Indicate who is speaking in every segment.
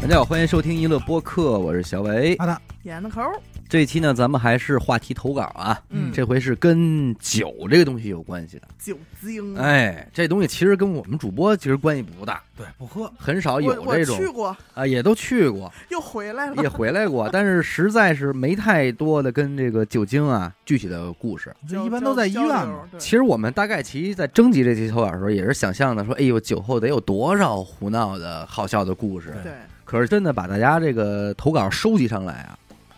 Speaker 1: 大家好，欢迎收听一乐播客，我是小伟。
Speaker 2: 啊
Speaker 3: 好的，
Speaker 2: 演的抠儿，
Speaker 1: 这一期呢，咱们还是话题投稿啊，
Speaker 3: 嗯
Speaker 1: 这回是跟酒这个东西有关系的。
Speaker 2: 酒精，
Speaker 1: 哎，这东西其实跟我们主播其实关系不大，
Speaker 3: 对，不喝，
Speaker 1: 很少
Speaker 2: 我
Speaker 1: 哦有
Speaker 2: 我
Speaker 1: 这种
Speaker 2: 去过，
Speaker 1: 啊，也都去 过，
Speaker 2: 又回来了，
Speaker 1: 也回来过，但是实在是没太多的跟这个酒精啊具体的故事。
Speaker 2: 交
Speaker 3: 这一般都在医院
Speaker 2: 交
Speaker 3: 嘛
Speaker 2: 流。对
Speaker 1: 其实我们大概其在征集这期投稿的时候，也是想象的说，哎呦，酒后得有多少胡闹的好笑的故事。
Speaker 2: 对，
Speaker 1: 可是真的把大家这个投稿收集上来啊，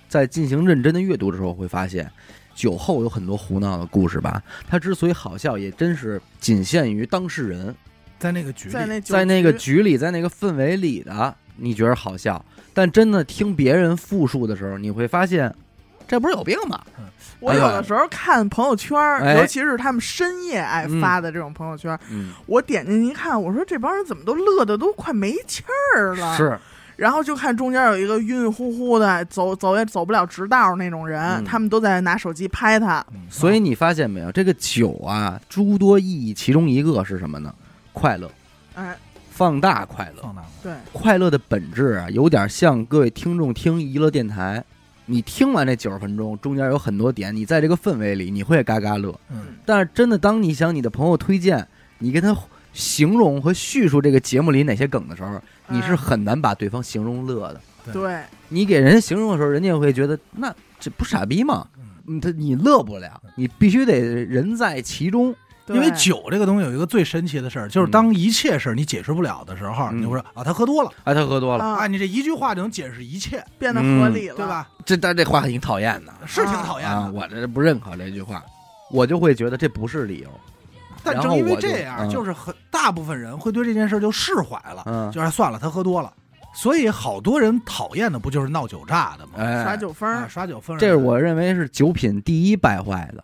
Speaker 1: 在进行认真的阅读的时候，会发现酒后有很多胡闹的故事吧。它之所以好笑，也真是仅限于当事人
Speaker 3: 在那个局
Speaker 2: 在
Speaker 3: 里，
Speaker 2: 那酒
Speaker 1: 在那个
Speaker 2: 局
Speaker 1: 局里，在那个氛围里的，你觉得好笑，但真的听别人复述的时候，你会发现。这不是有病吗？
Speaker 2: 我有的时候看朋友圈儿，
Speaker 1: 哎
Speaker 2: 尤其是他们深夜爱发的这种朋友圈儿，
Speaker 1: 嗯，
Speaker 2: 我点进去一看，我说这帮人怎么都乐的都快没气儿了，，
Speaker 1: 是，
Speaker 2: 然后就看中间有一个晕晕乎乎的，走走也走不了直道那种人，
Speaker 1: 嗯
Speaker 2: 他们都在拿手机拍他，
Speaker 3: 嗯
Speaker 1: 所以你发现没有，这个酒啊，诸多意义，其中一个是什么呢？快乐，
Speaker 2: 哎，
Speaker 1: 放大快乐。
Speaker 3: 放大了，
Speaker 2: 对，
Speaker 1: 快乐的本质啊，有点像各位听众听娱乐电台，你听完这九十分钟，中间有很多点，你在这个氛围里，你会嘎嘎乐。
Speaker 3: 嗯，
Speaker 1: 但是真的，当你想你的朋友推荐，你跟他形容和叙述这个节目里哪些梗的时候，你是
Speaker 2: 哎
Speaker 1: 很难把对方形容乐
Speaker 3: 嗯
Speaker 1: 的。
Speaker 2: 对，
Speaker 1: 你给人形容的时候，人家会觉得那这不傻逼吗？
Speaker 3: 嗯
Speaker 1: 嗯他你乐不了，你必须得人在其中。
Speaker 2: 嗯对
Speaker 3: 因为酒这个东西有一个最神奇的事儿，就是当一切事儿你解释不了的时候，
Speaker 1: 嗯
Speaker 3: 你就说啊，他喝多了
Speaker 1: 哎，他喝多了，嗯
Speaker 2: 啊
Speaker 3: 啊，你这一句话就能解释一切，
Speaker 2: 变得合理了，
Speaker 3: 对？吧？
Speaker 1: 这但这话挺讨厌的
Speaker 3: 是挺讨厌
Speaker 1: 啊！
Speaker 3: 的，
Speaker 1: 我这不认可这句话，我就会觉得这不是理由。
Speaker 3: 但
Speaker 1: 然后
Speaker 3: 正因为
Speaker 1: 我就
Speaker 3: 这样，
Speaker 1: 嗯
Speaker 3: 就是很大部分人会对这件事儿就释怀了，
Speaker 1: 嗯，
Speaker 3: 就是算了，他喝多了。所以好多人讨厌的不就是闹酒炸的吗？
Speaker 1: 哎，
Speaker 2: 耍酒疯
Speaker 3: 啊
Speaker 2: 儿，
Speaker 3: 耍酒疯儿，
Speaker 1: 这是我认为是酒品第一败坏的。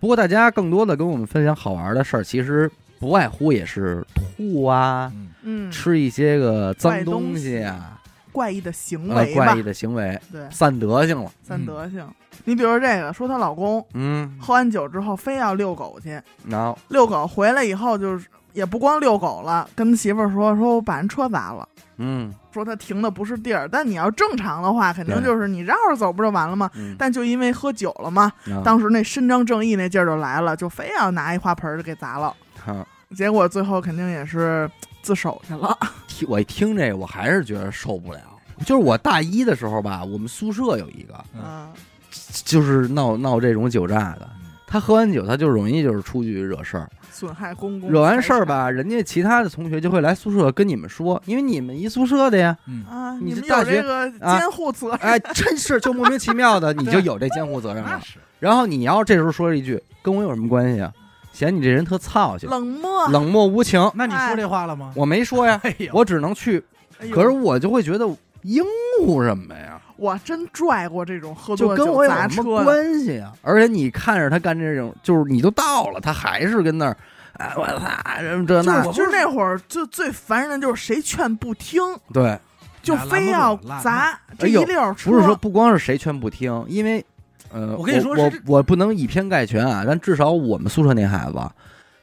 Speaker 1: 不过大家更多的跟我们分享好玩的事儿，其实不外乎也是吐啊，
Speaker 3: 嗯，
Speaker 2: 嗯，
Speaker 1: 吃一些个脏
Speaker 2: 坏东
Speaker 1: 西啊，
Speaker 2: 怪异的行
Speaker 1: 呃，
Speaker 2: 为吧
Speaker 1: 怪异，的行为，
Speaker 2: 对，
Speaker 1: 散德性了。
Speaker 2: 三德性。你比如说这个，说她老公
Speaker 1: 嗯，
Speaker 2: 喝完酒之后非要遛狗去，
Speaker 1: 然后
Speaker 2: 遛狗回来以后就是也不光遛狗了，跟媳妇儿说说我把人车砸了。
Speaker 1: 嗯
Speaker 2: 说他停的不是地儿，但你要正常的话，肯定
Speaker 1: 对
Speaker 2: 就是你绕着走不就完了吗？
Speaker 1: 嗯，
Speaker 2: 但就因为喝酒了嘛，
Speaker 1: 啊
Speaker 2: 当时那伸张正义那劲儿就来了，就非要拿一花盆儿给砸了，
Speaker 1: 好
Speaker 2: 结果最后肯定也是自首去了。
Speaker 1: 听我一听这个，我还是觉得受不了。就是我大一的时候吧，我们宿舍有一个，
Speaker 2: 嗯，
Speaker 1: 就是闹闹这种酒炸的
Speaker 3: 嗯。
Speaker 1: 他喝完酒，他就容易就是出去惹事儿，
Speaker 2: 损害公共
Speaker 1: 惹完事儿
Speaker 2: 财
Speaker 1: 吧，人家其他的同学就会来宿舍跟你们说，因为你们一宿舍的呀。
Speaker 3: 嗯
Speaker 2: 产啊，
Speaker 1: 你
Speaker 2: 你们
Speaker 1: 这大
Speaker 2: 有
Speaker 1: 学
Speaker 2: 这个
Speaker 1: 啊
Speaker 2: 监护责任，
Speaker 1: 哎，真是就莫名其妙的，你就有这监护责任
Speaker 3: 那
Speaker 1: 了。
Speaker 3: 是
Speaker 1: 然后你要这时候说一句“跟我有什么关系啊”，显你这人特操心、
Speaker 2: 冷啊漠。
Speaker 1: 冷漠无情。
Speaker 3: 那你说这话了吗？
Speaker 1: 我没说呀，
Speaker 3: 哎呦，
Speaker 1: 我只能去，
Speaker 2: 哎呦
Speaker 1: 可是我就会觉得应乎什么呀？
Speaker 2: 我真拽过这种喝
Speaker 1: 就
Speaker 2: 多
Speaker 1: 跟
Speaker 2: 酒
Speaker 1: 我有
Speaker 2: 砸
Speaker 1: 什么
Speaker 2: 车的，
Speaker 1: 关系啊？而且你看着他干这种，就是你都到了，他还是跟那儿，哎，我操，什么这那
Speaker 3: 我不
Speaker 2: 就是是那会儿最最烦人的就是谁劝不听，
Speaker 1: 对，
Speaker 2: 就
Speaker 3: 拦
Speaker 2: 非
Speaker 3: 不住
Speaker 2: 要
Speaker 3: 拦
Speaker 2: 砸这
Speaker 1: 哎
Speaker 2: 一
Speaker 1: 呦
Speaker 2: 溜儿车。
Speaker 1: 不是说不光是谁劝不听，因为，呃，
Speaker 3: 我跟你说
Speaker 1: 我
Speaker 3: 是这
Speaker 1: 我我不能以偏概全啊，但至少我们宿舍那孩子，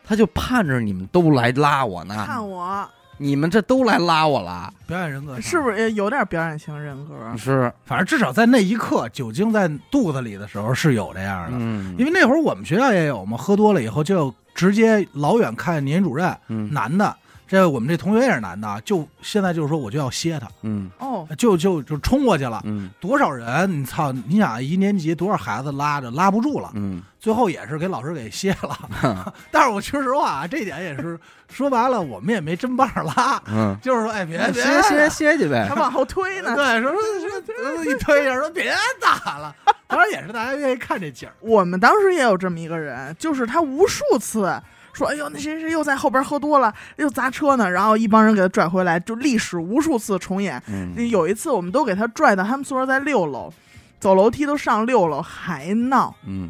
Speaker 1: 他就盼着你们都来拉我呢，
Speaker 2: 看我
Speaker 1: 你们这都来拉我了，
Speaker 3: 表演人格
Speaker 2: 是
Speaker 3: 是？
Speaker 2: 不是也有点表演型人格？
Speaker 1: 是，
Speaker 3: 反正至少在那一刻，酒精在肚子里的时候是有这样的。
Speaker 1: 嗯，
Speaker 3: 因为那会儿我们学校也有嘛，喝多了以后就直接老远看年级主任，
Speaker 1: 嗯
Speaker 3: 男的，这我们这同学也是男的啊，就现在就是说我就要歇他，
Speaker 1: 嗯
Speaker 2: 哦，
Speaker 3: 就就就冲过去了。
Speaker 1: 嗯
Speaker 3: 多少人？你操！你想一年级多少孩子拉着拉不住了，
Speaker 1: 嗯，
Speaker 3: 最后也是给老师给歇了。 但是我说实话啊，这点也是说白了，我们也没真帮着拉，
Speaker 1: 嗯，
Speaker 3: 就是说， 哎，别别
Speaker 1: 歇歇歇去呗
Speaker 2: 还，往后推呢。
Speaker 3: 对，说说说一推一下，说别打了。当然也是大家愿意看这景儿，
Speaker 2: 我们当时也有这么一个人，就是他无数次说：“哎呦，那谁谁又在后边喝多了，又砸车呢。”然后一帮人给他拽回来，就历史无数次重演。
Speaker 1: 嗯
Speaker 2: 有一次，我们都给他拽到他们宿舍在六楼，走楼梯都上六楼还闹，
Speaker 1: 嗯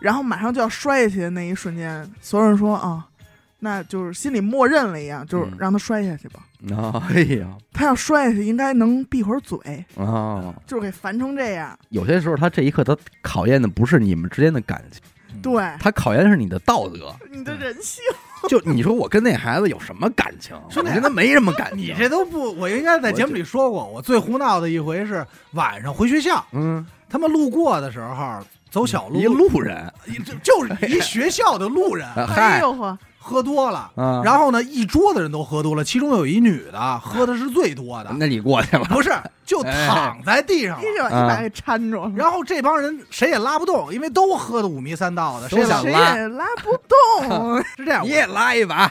Speaker 2: 然后马上就要摔下去的那一瞬间，所有人说：“啊，那就是心里默认了一样，就是
Speaker 1: 嗯
Speaker 2: 让他摔下去吧。
Speaker 1: 哦哎呀，
Speaker 2: 他要摔下去，应该能闭会儿嘴，
Speaker 1: 哦，
Speaker 2: 就是给烦成这样。
Speaker 1: 有些时候他这一刻他考验的不是你们之间的感情，
Speaker 3: 嗯
Speaker 2: 对，
Speaker 1: 他考验的是你的道德。
Speaker 2: 你的人性，
Speaker 1: 就你说我跟那孩子有什么感情？我
Speaker 3: 兄弟
Speaker 1: 跟他没什么感情。
Speaker 3: 你这都不，我应该在节目里说过，我最胡闹的一回是晚上回学校，
Speaker 1: 嗯，
Speaker 3: 他们路过的时候走小路，嗯
Speaker 1: 一路人，
Speaker 3: 嗯一就 就是一学校的路人
Speaker 1: 啊
Speaker 2: 哎
Speaker 1: 嗨，
Speaker 2: 呦呵，
Speaker 3: 喝多了，
Speaker 1: 嗯
Speaker 3: 然后呢，一桌子人都喝多了，其中有一女的喝的是最多的，
Speaker 1: 那你过 去了，
Speaker 3: 不是就躺在地上
Speaker 2: 一
Speaker 3: 了。
Speaker 2: 手一把给搀住了，
Speaker 3: 然后这帮人谁也拉不动，因为都喝的五迷三道的，谁也拉
Speaker 1: 后
Speaker 2: 谁也拉不动，啊
Speaker 3: 是这样
Speaker 1: 你，也拉一把，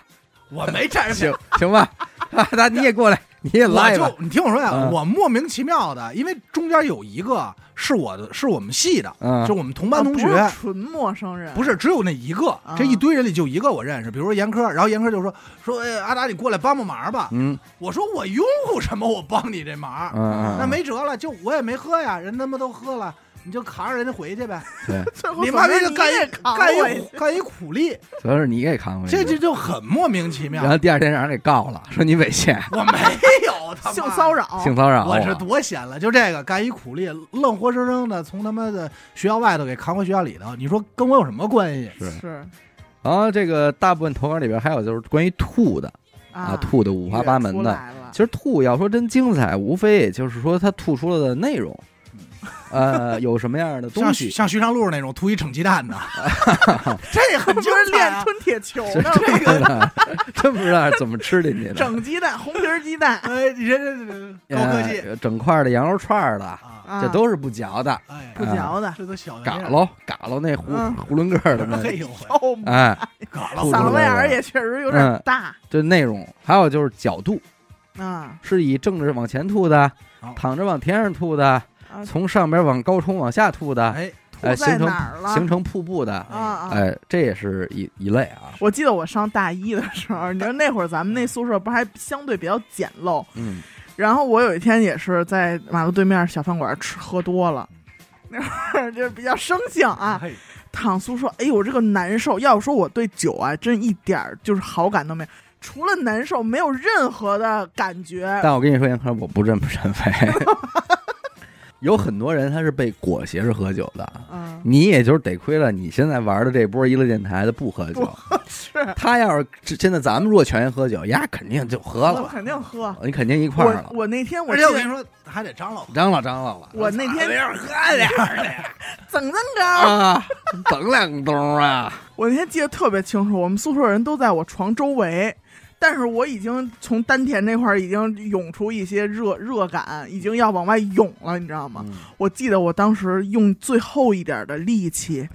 Speaker 3: 我我没站着
Speaker 1: 行行 吧，啊那你也过来，你也拉
Speaker 3: 我
Speaker 1: 一把
Speaker 3: 就，你听我说呀，
Speaker 1: 嗯
Speaker 3: 我莫名其妙的，因为中间有一个是我的，是我们系的，
Speaker 1: 嗯
Speaker 3: 就我们同班同学，
Speaker 2: 啊不是纯陌生人，
Speaker 3: 不是只有那一个，
Speaker 2: 啊
Speaker 3: 这一堆人里就一个我认识，比如说严科，然后严科就说说、哎、阿达你过来帮帮忙吧，
Speaker 1: 嗯
Speaker 3: 我说我拥护什么，我帮你这忙，
Speaker 1: 嗯嗯，
Speaker 3: 那没辙了，就我也没喝呀，人他妈都喝了。你就扛着人家回去呗，
Speaker 1: 对，
Speaker 2: 最后
Speaker 3: 你妈逼就
Speaker 2: 怎么你
Speaker 3: 干
Speaker 2: 也
Speaker 3: 一
Speaker 2: 扛
Speaker 3: 干
Speaker 2: 我
Speaker 3: 一干一苦力，
Speaker 1: 主要是你给扛回去，
Speaker 3: 这就就很莫名其妙
Speaker 1: 然。后第二天让人给告了，说你猥亵、
Speaker 3: 我没有 他妈
Speaker 2: 性骚
Speaker 3: 扰，
Speaker 2: 扰，
Speaker 1: 性骚扰，
Speaker 3: 我是多闲了，就这个干一苦力，愣活生生的从他妈的学校外头给扛回学校里头，你说跟我有什么关系？
Speaker 1: 是
Speaker 2: 是
Speaker 1: 然后啊这个大部分投稿里边还有就是关于吐的啊，
Speaker 2: 啊，
Speaker 1: 吐的五花八门
Speaker 2: 也出
Speaker 1: 的。
Speaker 2: 来了
Speaker 1: 其实吐要说真精彩，无非也就是说他吐出了的内 容，呃，有什么样的东
Speaker 3: 像
Speaker 1: 西，
Speaker 3: 像徐长路那种吐一整 鸡蛋的，这很
Speaker 2: 不
Speaker 3: 精
Speaker 2: 是
Speaker 3: 彩
Speaker 2: 练
Speaker 3: 啊！
Speaker 2: 吞铁球
Speaker 1: 真
Speaker 2: 呢吗，
Speaker 1: 这个真不知道怎么吃进去 的。
Speaker 2: 整鸡蛋，红皮儿鸡蛋，
Speaker 3: 哎，你这这这这高科技
Speaker 1: 呃整块的羊肉串儿的，
Speaker 3: 啊！
Speaker 2: 啊
Speaker 1: 这都是不嚼的，
Speaker 3: 哎，
Speaker 2: 不嚼的，
Speaker 3: 这都小玩意
Speaker 1: 哎嘎
Speaker 3: 儿，
Speaker 1: 喽嘎喽那囫
Speaker 2: 嗯
Speaker 1: 囫囵个儿 的
Speaker 3: 哎
Speaker 1: 那，
Speaker 3: 呦喂，
Speaker 2: 哦，
Speaker 1: 哎，
Speaker 3: 嘎
Speaker 1: 吐出来
Speaker 2: 嗓子
Speaker 1: 了嗯
Speaker 2: 眼儿也确实有点大
Speaker 1: 这内容。还有就是角度，
Speaker 2: 啊，
Speaker 1: 是以正着往前吐的
Speaker 3: 哦，
Speaker 1: 躺着往天上吐的，
Speaker 2: 啊
Speaker 1: 从上边往高冲往下吐的，
Speaker 3: 哎，
Speaker 2: 吐
Speaker 1: 哎，
Speaker 2: 在
Speaker 1: 形成
Speaker 2: 哪儿了？
Speaker 1: 形成瀑布的，
Speaker 2: 啊啊！
Speaker 1: 哎，这也是一一类啊。
Speaker 2: 我记得我上大一的时候，你说那会儿咱们那宿舍不还相对比较简陋，
Speaker 1: 嗯，
Speaker 2: 然后我有一天也是在马路对面小饭馆吃喝多了，那会儿就比较生性啊，
Speaker 3: 嘿，
Speaker 2: 躺宿舍，哎呦这个难受。要说我对酒啊，真一点儿就是好感都没有，除了难受，没有任何的感觉。
Speaker 1: 但我跟你说，严科，我不这么认为。有很多人他是被裹挟着喝酒的，
Speaker 2: 嗯，
Speaker 1: 你也就是得亏了，你现在玩的这波娱乐电台的不喝酒，
Speaker 2: 是，
Speaker 1: 他要是这现在咱们如果全员喝酒，丫肯定就喝
Speaker 2: 我
Speaker 1: 了，
Speaker 2: 肯定喝。
Speaker 1: 你肯定一块儿
Speaker 2: 我
Speaker 1: 了，
Speaker 2: 我那天我
Speaker 3: 而且我
Speaker 2: 记
Speaker 3: 跟
Speaker 2: 得
Speaker 3: 你说，还得张罗。
Speaker 1: 张了张了了，
Speaker 2: 我那天
Speaker 3: 要喝点儿 的，
Speaker 2: 整整高，
Speaker 1: 啊，等两盅啊，
Speaker 2: 我那天记得特别清楚，我们宿舍人都在我床周围，但是我已经从丹田那块儿已经涌出一些热热感，已经要往外涌了，你知道吗？
Speaker 1: 嗯
Speaker 2: 我记得我当时用最后一点的力气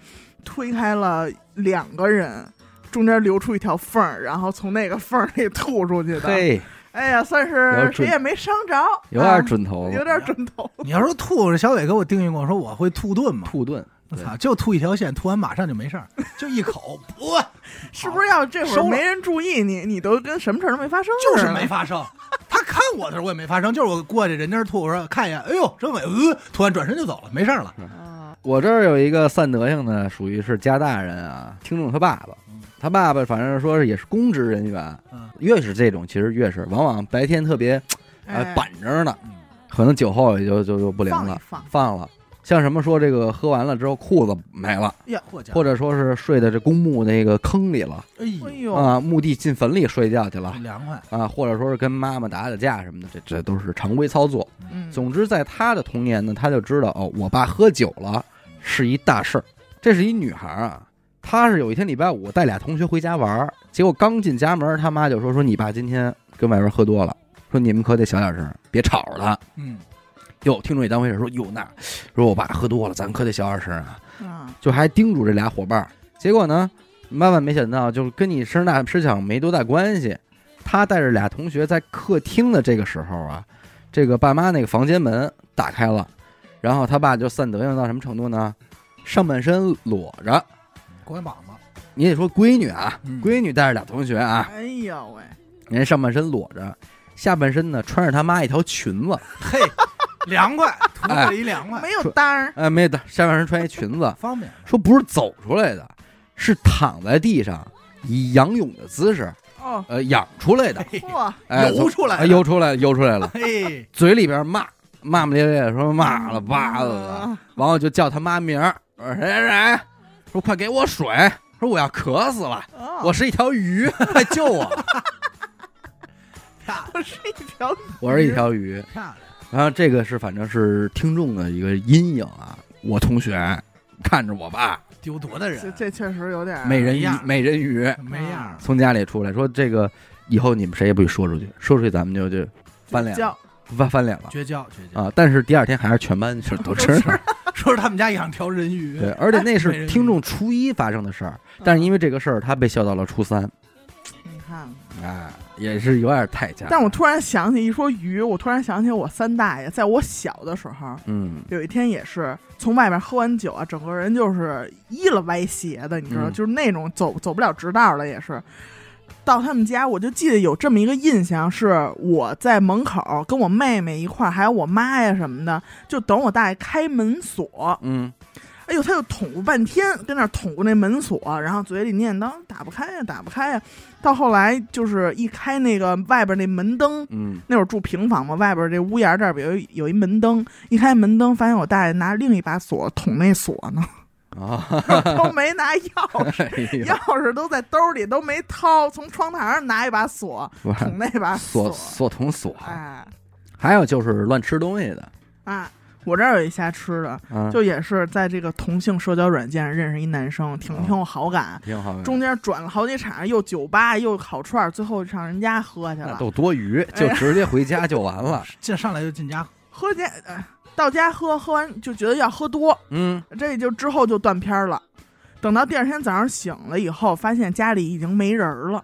Speaker 2: 推开了两个人。中间留出一条缝儿，然后从那个缝儿里吐出去的。
Speaker 1: 嘿，
Speaker 2: 哎呀，算
Speaker 1: 有
Speaker 2: 是
Speaker 1: 准
Speaker 2: 谁也没伤着，
Speaker 1: 有点准头
Speaker 2: 啊
Speaker 1: 了
Speaker 2: 有，点准头。
Speaker 3: 你要说吐，小伟给我定义过，说我会吐顿嘛，
Speaker 1: 兔顿，
Speaker 3: 我
Speaker 1: 对
Speaker 3: 操，就吐一条线，吐完马上就没 事儿，就一口，不，
Speaker 2: 是不是要这会
Speaker 3: 收
Speaker 2: 儿
Speaker 3: 了
Speaker 2: 没人注意你，你都跟什么事儿都没发生似
Speaker 3: 就
Speaker 2: 的？
Speaker 3: 是啊没发生。他看我的时候我也没发生，就是我过去人家那儿吐，我说看一眼，哎呦，真伟，呃，吐完转身就走了，没事儿了。
Speaker 2: 啊。
Speaker 1: 我这儿有一个散德性的，属于是加大人啊，听众他爸爸
Speaker 3: 嗯，
Speaker 1: 他爸爸反正说是也是公职人员
Speaker 3: 嗯，
Speaker 1: 越是这种其实越是往往白天特别
Speaker 2: 哎
Speaker 1: 呃，板正呢
Speaker 3: 嗯，
Speaker 1: 可能酒后也就就就不灵
Speaker 2: 放一
Speaker 1: 了，
Speaker 2: 放
Speaker 1: 放了。像什么说这个喝完了之后裤子没了，
Speaker 3: 或者
Speaker 1: 或者说是睡在这公墓那个坑里了
Speaker 3: 哎呦
Speaker 2: 哎，呦，
Speaker 1: 啊，墓地进坟里睡觉去
Speaker 3: 这
Speaker 1: 了
Speaker 3: 凉快，
Speaker 1: 啊，或者说是跟妈妈打打架什么的，这这都是常规操作。
Speaker 2: 嗯，
Speaker 1: 总之，在他的童年呢，他就知道哦，我爸喝酒了是一大事儿。这是一女孩儿啊，她是有一天礼拜五带俩同学回家玩儿，结果刚进家门儿，他妈就说说你爸今天跟外边喝多了，说你们可得小点声，别吵着他。
Speaker 3: 嗯，
Speaker 1: 哟，听众也当回事儿，说哟那，说我爸喝多了，咱可得小点声啊，
Speaker 2: 啊，
Speaker 1: 就还叮嘱这俩伙伴儿。结果呢，万万没想到，就是跟你声大声小没多大关系。他带着俩同学在客厅的这个时候啊，这个爸妈那个房间门打开了，然后他爸就散德性到什么程度呢？上半身裸着，
Speaker 3: 光膀子，
Speaker 1: 你得说闺女啊，
Speaker 3: 嗯
Speaker 1: 闺女带着俩同学啊，
Speaker 2: 哎呦喂，
Speaker 1: 人家上半身裸着，下半身呢穿着他妈一条裙子，
Speaker 3: 嘿，凉快，吐了一凉快，
Speaker 2: 没有单儿，
Speaker 1: 哎，没的，下半身穿一裙子，
Speaker 3: 方便。
Speaker 1: 说不是走出来的，是躺在地上以仰泳的姿势，
Speaker 2: 哦，
Speaker 1: 呃，仰出来的，
Speaker 3: 嘿
Speaker 2: 嚯，
Speaker 1: 哎，
Speaker 3: 游出来
Speaker 1: 哎游出来了，游出来了，
Speaker 3: 嘿，
Speaker 1: 嘴里边骂骂骂咧咧地说骂了巴子的，
Speaker 2: 啊
Speaker 1: 然后就叫他妈名儿，我说谁谁谁，说快给我水，说说我要渴死了，
Speaker 2: 哦
Speaker 1: 我是一条 鱼，快救我！
Speaker 3: 漂
Speaker 2: 我是一 条鱼，
Speaker 1: 我是一条鱼。
Speaker 3: 漂亮，
Speaker 1: 然后这个是反正是听众的一个阴影啊，我同学看着我爸
Speaker 3: 丢多大
Speaker 2: 这
Speaker 3: 人，
Speaker 2: 这确实有点儿
Speaker 1: 美人
Speaker 3: 一
Speaker 1: 鱼
Speaker 3: 样
Speaker 1: 美人鱼
Speaker 3: 没样儿，
Speaker 1: 从家里出来说这个以后你们谁也不许说出去，说出去咱们就就翻脸了
Speaker 2: 叫
Speaker 1: 翻翻脸了
Speaker 3: 绝交绝交。
Speaker 1: 啊！但是第二天还是全班就都知道。
Speaker 3: 说是他们家养条人鱼，
Speaker 1: 对，而且那
Speaker 3: 美
Speaker 1: 是
Speaker 3: 人鱼
Speaker 1: 听众初一发生的事儿，
Speaker 2: 嗯
Speaker 1: 但是因为这个事儿，他被笑到了初三，
Speaker 2: 你看，
Speaker 1: 啊，也是有点太假。
Speaker 2: 但我突然想起一说鱼，我突然想起我三大爷，在我小的时候，
Speaker 1: 嗯
Speaker 2: 有一天也是从外边喝完酒啊，整个人就是一了歪斜的，你知道，
Speaker 1: 嗯
Speaker 2: 就是那种走走不了直道了，也是。到他们家，我就记得有这么一个印象，是我在门口跟我妹妹一块儿，还有我妈呀什么的，就等我大爷开门锁。
Speaker 1: 嗯，
Speaker 2: 哎呦，他就捅咕半天，跟那儿捅咕那门锁，然后嘴里念叨打不开呀，打不开呀。到后来就是一开那个外边那门灯，
Speaker 1: 嗯
Speaker 2: 那会儿住平房嘛，外边这屋檐这儿有一有一门灯，一开门灯，发现我大爷拿另一把锁捅那锁呢，
Speaker 1: 啊，
Speaker 2: 都没拿 钥匙，
Speaker 1: 哎呦
Speaker 2: 钥匙都在兜里都没掏，从窗台上拿一把锁
Speaker 1: 不是
Speaker 2: 捅那把
Speaker 1: 锁锁同锁，
Speaker 2: 哎
Speaker 1: 还有就是乱吃东西的，
Speaker 2: 啊！我这儿有一瞎吃的，
Speaker 1: 啊，
Speaker 2: 就也是在这个同性社交软件上认识一男生，挺
Speaker 1: 哦嗯
Speaker 2: 挺有好感，
Speaker 1: 挺好的。
Speaker 2: 中间转了好几场，又酒吧又烤串儿，最后上人家喝去
Speaker 1: 那
Speaker 2: 了，哎
Speaker 1: 都多余，就直接回家就完了。
Speaker 3: 进上来就进家，
Speaker 2: 喝家、呃到家喝，喝完就觉得要喝多，
Speaker 1: 嗯，
Speaker 2: 这就之后就断片儿了。等到第二天早上醒了以后，发现家里已经没人儿了，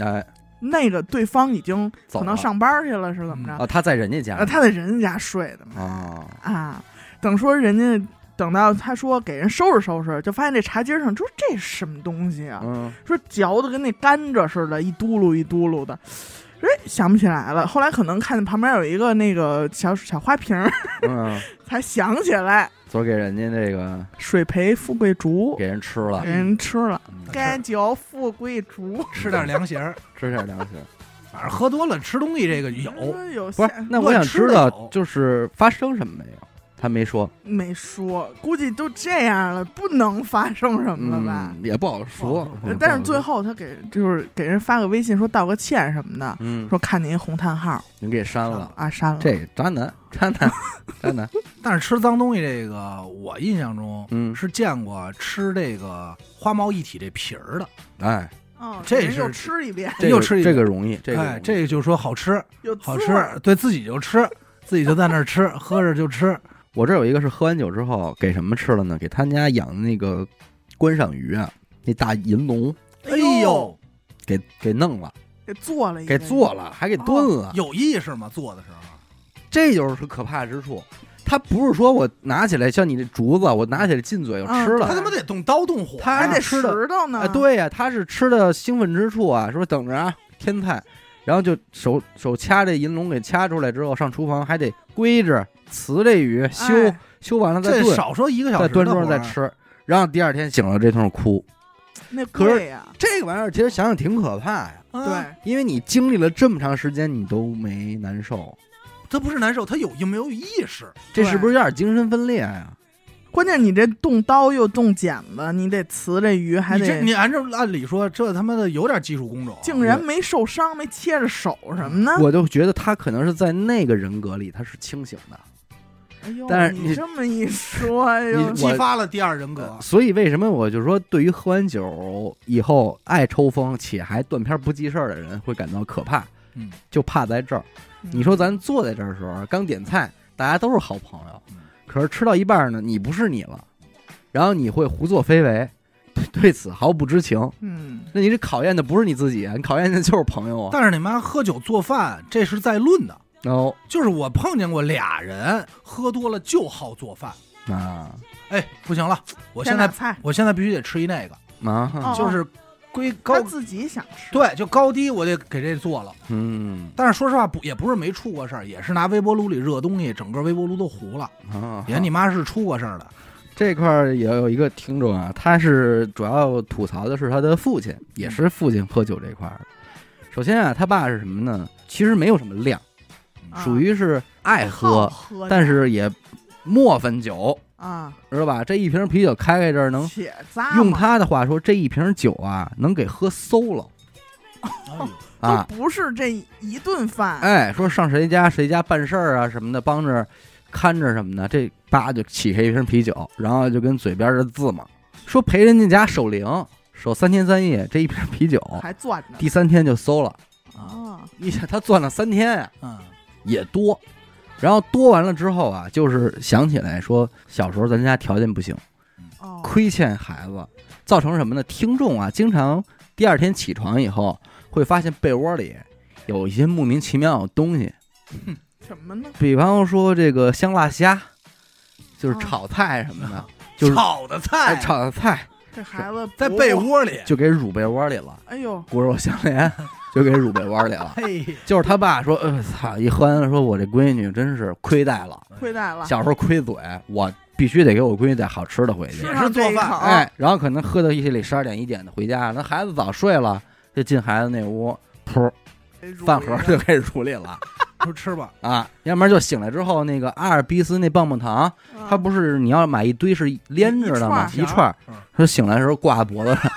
Speaker 1: 哎，
Speaker 2: 那个对方已经
Speaker 1: 走
Speaker 2: 可
Speaker 1: 了
Speaker 2: 能上班去了，是怎么着？
Speaker 1: 哦，他在人家家
Speaker 2: 呃，他在人家睡的嘛。
Speaker 1: 哦，
Speaker 2: 啊，等说人家等到他说给人收拾收拾，就发现这茶几上说这是什么东西啊？
Speaker 1: 嗯
Speaker 2: 说嚼的跟那甘蔗似的，一嘟噜一嘟噜的。哎，想不起来了。后来可能看见旁边有一个那个小小花瓶儿，
Speaker 1: 嗯，
Speaker 2: 才想起来
Speaker 1: 昨儿给人家这个
Speaker 2: 水培富贵竹
Speaker 1: 给人吃了
Speaker 2: 给，人吃了。
Speaker 1: 嗯
Speaker 2: 甘嚼富贵竹。
Speaker 3: 吃点凉席儿，
Speaker 1: 吃点凉食。
Speaker 3: 反正喝多了吃东西这个有，
Speaker 2: 有
Speaker 1: 不
Speaker 2: 下
Speaker 1: 是，那我想知
Speaker 3: 乱吃
Speaker 1: 道
Speaker 3: 的有
Speaker 1: 就是发生什么没有？他没说，
Speaker 2: 没说，估计都这样了，不能发生什么了吧？呃
Speaker 1: 嗯，也不好说
Speaker 3: 不好。
Speaker 1: 嗯
Speaker 2: 但是最，后他给就是给人发个微信说道个歉什么的，
Speaker 1: 嗯，
Speaker 2: 说看您红叹号
Speaker 1: 您给删了，
Speaker 2: 啊删了。
Speaker 1: 这渣男，渣男，渣男，
Speaker 3: 但是吃脏东西这个，我印象中
Speaker 1: 嗯，
Speaker 3: 是见过吃这个花猫一体这皮儿的，
Speaker 1: 哎，
Speaker 2: 哦，
Speaker 3: 这
Speaker 2: 给人
Speaker 3: 是
Speaker 2: 又吃一遍，
Speaker 1: 这
Speaker 3: 又
Speaker 1: 个
Speaker 3: 吃一
Speaker 1: 这
Speaker 3: 个
Speaker 1: 个容易，这个容
Speaker 3: 哎，
Speaker 1: 易
Speaker 3: 这个就说好吃，
Speaker 2: 又
Speaker 3: 好
Speaker 2: 滋
Speaker 3: 吃
Speaker 2: 味儿，
Speaker 3: 对自己就吃，自己就在那儿吃，喝着就吃，
Speaker 1: 我这儿有一个是喝完酒之后给什么吃了呢？给他们家养的那个观赏鱼啊，那大银龙
Speaker 3: 哎
Speaker 2: 哎
Speaker 3: 呦
Speaker 2: 呦，
Speaker 1: 给给弄了，
Speaker 2: 给做了一
Speaker 1: 给
Speaker 2: 个
Speaker 1: 做了，还给炖了，
Speaker 3: 有意识吗？做的时候，
Speaker 1: 这就是可怕之处。他不是说我拿起来像你这竹子，我拿起来进嘴就吃
Speaker 2: 嗯
Speaker 1: 了
Speaker 3: 他，他妈得动刀动火，
Speaker 1: 他
Speaker 2: 还得
Speaker 1: 吃
Speaker 2: 石
Speaker 1: 的
Speaker 2: 头呢。
Speaker 1: 哎，，对呀、他是吃的兴奋之处啊，说等着啊，天菜，然后就手手掐这银龙给掐出来之后，上厨房还得归置瓷这鱼，修、
Speaker 2: 哎
Speaker 1: 修完了再
Speaker 3: 这
Speaker 1: 炖，
Speaker 3: 少说一个小
Speaker 1: 再
Speaker 3: 时，
Speaker 1: 端桌再。吃，然后第二天醒了这通哭。
Speaker 2: 那
Speaker 1: 可是
Speaker 2: 贵呀，
Speaker 1: 这个玩意儿其实想想挺可怕呀，
Speaker 3: 啊，
Speaker 2: 对，
Speaker 1: 因为你经历了这么长时间，你都没难受，
Speaker 3: 他不是难受，他有有没有意识？
Speaker 1: 这
Speaker 2: 对
Speaker 1: 是不是有点精神分裂呀、
Speaker 2: 关键你这动刀又动剪子，你得呲这鱼，还
Speaker 3: 你这
Speaker 2: 得
Speaker 3: 你按照按理说，这他妈的有点技术工种，
Speaker 2: 竟然没受伤，没切着手什么的。
Speaker 1: 我就觉得他可能是在那个人格里他是清醒的，
Speaker 2: 哎呦，
Speaker 1: 但是你
Speaker 2: 你这么一说，哎呦
Speaker 1: 你，
Speaker 3: 激发了第二人格。
Speaker 1: 所以为什么我就说，对于喝完酒以后爱抽风且还断片不记事儿的人会感到可怕，
Speaker 3: 嗯，
Speaker 1: 就怕在这儿。
Speaker 2: 嗯
Speaker 1: 你说咱坐在这儿的时候，啊刚点菜，大家都是好朋友
Speaker 3: 嗯，
Speaker 1: 可是吃到一半儿呢，你不是你了，然后你会胡作非为，对对此毫不知情。
Speaker 2: 嗯，
Speaker 1: 那你这考验的不是你自己，啊你考验的就是朋友啊。
Speaker 3: 但是你妈喝酒做饭，这是在论的。
Speaker 1: 哦，
Speaker 3: 就是我碰见过俩人喝多了就好做饭，
Speaker 1: 啊
Speaker 3: 哎，不行了，我
Speaker 2: 天
Speaker 3: 现
Speaker 2: 哪
Speaker 3: 在
Speaker 2: 菜
Speaker 3: 我现在必须得吃一那个，
Speaker 1: 啊，
Speaker 2: 哦
Speaker 3: 就是归高
Speaker 2: 他自己想吃，
Speaker 3: 对，就高低我得给这做了。
Speaker 1: 嗯
Speaker 3: 但是说实话，不也不是没出过事儿，也是拿微波炉里热东西，整个微波炉都糊了。
Speaker 2: 哦
Speaker 1: 啊，
Speaker 3: 也你妈是出过事儿的，
Speaker 1: 这块儿也有一个听众啊，他是主要吐槽的是他的父亲，也是父亲喝酒这块儿。首先啊，他爸是什么呢？其实没有什么量，
Speaker 3: 嗯
Speaker 2: 啊
Speaker 1: 属于是爱喝，
Speaker 2: 好喝，
Speaker 1: 但是也磨坊酒，
Speaker 2: 啊，
Speaker 1: 知道吧？这一瓶啤酒开开这儿能，
Speaker 2: 且咂
Speaker 1: 用
Speaker 2: 嘛
Speaker 1: 他的话说，这一瓶酒啊能给喝馊了
Speaker 3: 哎
Speaker 2: 哦
Speaker 3: 呦
Speaker 1: 啊！
Speaker 2: 都不是这一顿饭，
Speaker 1: 哎，说上谁家谁家办事儿啊什么的，帮着看着什么的，这叭就起开一瓶啤酒，然后就跟嘴边儿这字嘛，说陪人家家守灵守三天三夜，这一瓶啤酒
Speaker 2: 还攥着
Speaker 1: 第三天就馊了，
Speaker 3: 啊，
Speaker 2: 啊，
Speaker 1: 一下他攥了三天啊，
Speaker 3: 嗯，
Speaker 1: 也多。然后多完了之后啊，就是想起来说小时候咱家条件不行，
Speaker 2: 哦，
Speaker 1: 亏欠孩子，造成什么呢？听众啊，经常第二天起床以后会发现被窝里有一些莫名其妙的东西，
Speaker 2: 什么呢？
Speaker 1: 比方说这个香辣虾，就是
Speaker 2: 哦
Speaker 1: 炒菜什么的， 就是
Speaker 3: 炒的
Speaker 1: 哎
Speaker 3: 菜
Speaker 1: 炒哦的菜
Speaker 2: 这孩子
Speaker 3: 在
Speaker 2: 不
Speaker 3: 被，窝里，
Speaker 1: 就给乳被窝里了，
Speaker 2: 哎呦，
Speaker 1: 骨肉相连就给乳被窝里了。
Speaker 3: 嘿，
Speaker 1: 就是他爸说，呃，操！一喝完了，说我这闺女真是亏待了，
Speaker 2: 亏待了，
Speaker 1: 小时候亏嘴，我必须得给我闺女带好吃的回去
Speaker 2: 吃。
Speaker 3: 也
Speaker 2: 上
Speaker 3: 是啊
Speaker 2: 这一
Speaker 3: 做饭
Speaker 2: 口，
Speaker 1: 哎，然后可能喝到夜里十二点一点的回家，那孩子早睡了，就进孩子那屋，噗，
Speaker 2: 给入
Speaker 1: 饭
Speaker 2: 一
Speaker 1: 盒
Speaker 2: 个
Speaker 1: 就开始处理了
Speaker 3: 说吃吧，
Speaker 1: 啊！要不然就醒来之后，那个阿尔卑斯那棒棒糖，
Speaker 2: 啊
Speaker 1: 它不是你要买一堆是连着的吗？
Speaker 2: 一
Speaker 3: 一
Speaker 1: 一
Speaker 3: 串儿
Speaker 1: 串儿
Speaker 3: 嗯，
Speaker 1: 说醒来的时候挂脖 子上，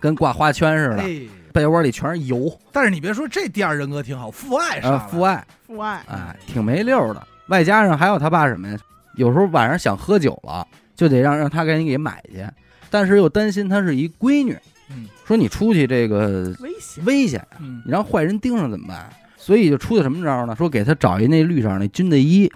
Speaker 1: 跟挂花圈似的，
Speaker 3: 哎，
Speaker 1: 被窝里全是油，
Speaker 3: 但是你别说这第二人格挺好，父爱哎上
Speaker 1: 呃，
Speaker 3: 来
Speaker 1: 父爱，
Speaker 2: 父爱，
Speaker 1: 哎，挺没溜儿的。外加上还有他爸什么呀？有时候晚上想喝酒了，就得让让他给你给买去，但是又担心她是一闺女，
Speaker 3: 嗯
Speaker 1: 说你出去这个
Speaker 2: 危险，
Speaker 1: 危险，
Speaker 3: 嗯，
Speaker 1: 你让坏人盯上怎么办？所以就出的什么招呢？说给他找一那绿色那军的 衣，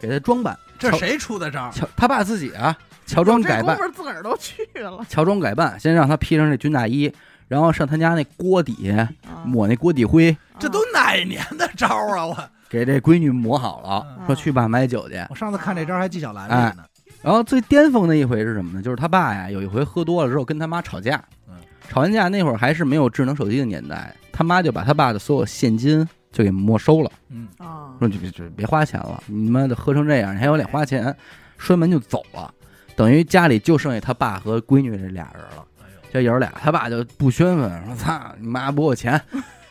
Speaker 1: 给他装扮。
Speaker 3: 这
Speaker 1: 乔
Speaker 3: 谁啊哦出的招？
Speaker 1: 乔他爸自己啊，乔装
Speaker 2: 这
Speaker 1: 改
Speaker 2: 功
Speaker 1: 扮
Speaker 2: 夫，儿自个儿都去 了，
Speaker 1: 乔装改扮，先让他披上这军大衣，然后上他家那锅底下
Speaker 2: 啊
Speaker 1: 抹那锅底灰，
Speaker 3: 这都哪年的招啊？我
Speaker 1: 给这闺女抹好了，
Speaker 3: 嗯
Speaker 1: 说去吧买酒去。
Speaker 3: 我上次看这招还纪晓岚
Speaker 1: 哎
Speaker 3: 来呢，
Speaker 1: 然后最巅峰的一回是什么呢？就是他爸呀，有一回喝多了之后跟他妈吵架
Speaker 3: 嗯，
Speaker 1: 吵完架那会儿还是没有智能手机的年代，他妈就把他爸的所有现金就给没收了。
Speaker 3: 嗯，
Speaker 2: 啊，
Speaker 1: 说你别别别花钱了，你妈的喝成这样，你还有脸花钱？摔门就走了，等于家里就剩下他爸和闺女这俩人了。
Speaker 3: 哎呦，
Speaker 1: 这爷儿俩，他爸就不宣愤，说操你妈不给我 钱，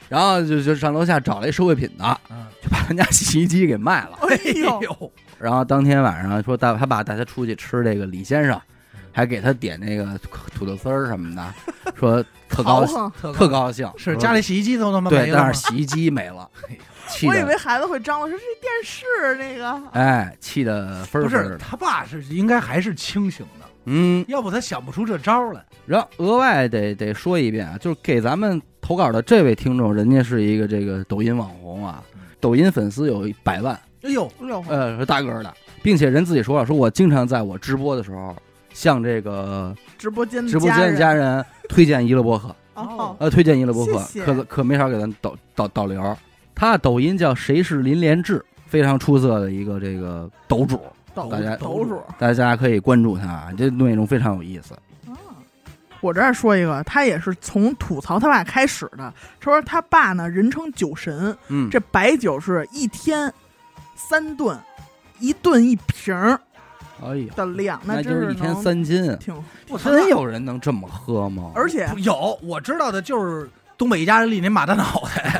Speaker 1: 然后就就上楼下找了一收废品的，
Speaker 3: 嗯，
Speaker 1: 就把他家 洗衣机给卖了。
Speaker 2: 哎
Speaker 3: 哎
Speaker 2: 呦，
Speaker 3: 呦，
Speaker 1: 然后当天晚上说带他爸带他出去吃这个李先生，
Speaker 3: 嗯
Speaker 1: 还给他点那个土豆丝儿什么 的，说特高
Speaker 2: 豪
Speaker 1: 兴，
Speaker 2: 横，
Speaker 1: 特高兴，
Speaker 3: 是家里洗衣机都他妈没
Speaker 1: 对，
Speaker 3: 了
Speaker 1: 但
Speaker 3: 吗
Speaker 1: 是洗衣机没 了，气
Speaker 2: 我以
Speaker 1: 的
Speaker 2: 为孩子会张罗说这电视那个，
Speaker 1: 哎气的分儿分
Speaker 3: 不是
Speaker 1: 儿的，
Speaker 3: 他爸是应该还是清醒的，
Speaker 1: 嗯。
Speaker 3: 要不他想不出这招来。
Speaker 1: 然后额外得得说一遍啊，就是给咱们投稿的这位听众，人家是一个这个抖音网红啊
Speaker 3: 嗯，
Speaker 1: 抖音粉丝有一百万，
Speaker 3: 哎呦，
Speaker 2: 六回
Speaker 1: 呃，是大个儿的，并且人自己说啊了，说我经常在我直播的时候向这个
Speaker 2: 直播间的
Speaker 1: 直播间的
Speaker 2: 家人
Speaker 1: 家人推荐娱乐播 客，
Speaker 2: 哦，
Speaker 1: 呃，推荐娱乐播客，
Speaker 2: 谢谢
Speaker 1: 可可没少给咱导导导流。他的抖音叫谁是林连志，非常出色的一个这个抖主，
Speaker 3: 抖
Speaker 1: 大家
Speaker 3: 抖
Speaker 2: 主，
Speaker 1: 大家可以关注他啊，这内容非常有意思。
Speaker 2: 我这儿说一个，他也是从吐槽他爸开始的。他说他爸呢，人称酒神，
Speaker 1: 嗯，
Speaker 2: 这白酒是一天三顿，一顿一瓶儿
Speaker 1: 哎呀，
Speaker 2: 的量，
Speaker 1: 那
Speaker 2: 真
Speaker 1: 就是一天
Speaker 2: 能
Speaker 1: 三斤啊。
Speaker 2: 挺。
Speaker 3: 我操
Speaker 1: 真 有人能这么喝吗？
Speaker 2: 而且
Speaker 3: 有，我知道的就是东北一家人里那马大脑袋，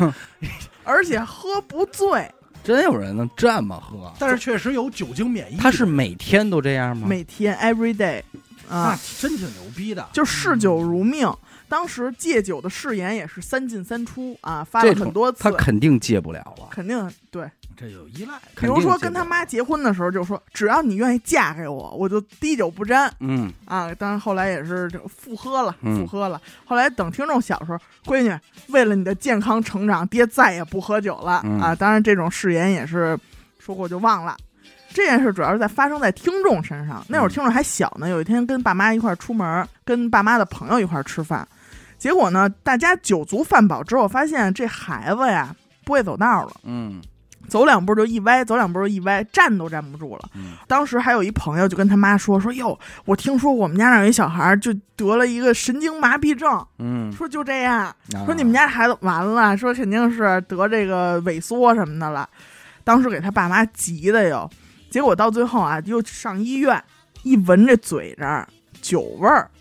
Speaker 2: 而且喝不醉，
Speaker 1: 真有人能这么喝？
Speaker 3: 但是确实有酒精免疫。
Speaker 1: 他是每天都这样吗？
Speaker 2: 每天 every day
Speaker 3: 那
Speaker 2: 啊，
Speaker 3: 真挺牛逼的，
Speaker 2: 就嗜酒
Speaker 1: 嗯
Speaker 2: 如命。当时戒酒的誓言也是三进三出啊，发
Speaker 1: 这
Speaker 2: 了
Speaker 1: 种
Speaker 2: 很多
Speaker 1: 他
Speaker 2: 次，
Speaker 1: 肯定戒不了啊。
Speaker 2: 肯定对。
Speaker 3: 这有依赖。
Speaker 2: 比
Speaker 1: 肯定
Speaker 2: 如
Speaker 1: 戒不了
Speaker 2: 说跟他，妈结婚的时候就说，只要你愿意嫁给我，我就滴酒不沾。
Speaker 1: 嗯，
Speaker 2: 啊，当然后来也是这个复喝了，
Speaker 1: 嗯
Speaker 2: 复喝了。后来等听众小时候，闺女为了你的健康成长，爹再也不喝酒了、
Speaker 1: 嗯
Speaker 2: 啊。当然这种誓言也是说过就忘了。这件事主要是在发生在听众身上。那会儿
Speaker 1: 嗯
Speaker 2: 听众还小呢，有一天跟爸妈一块儿出门，跟爸妈的朋友一块儿吃饭，结果呢，大家酒足饭饱之后，发现这孩子呀不会走道了。
Speaker 1: 嗯
Speaker 2: 走两步就一歪，走两步就一歪，站都站不住了。
Speaker 1: 嗯
Speaker 2: 当时还有一朋友就跟他妈说说哟，我听说我们家那儿有一小孩儿就得了一个神经麻痹症，
Speaker 1: 嗯，
Speaker 2: 说就这样，
Speaker 1: 啊
Speaker 2: 说你们家孩子完了，说肯定是得这个萎缩什么的了。当时给他爸妈急的哟，结果到最后啊，又上医院，一闻这嘴这儿酒味儿，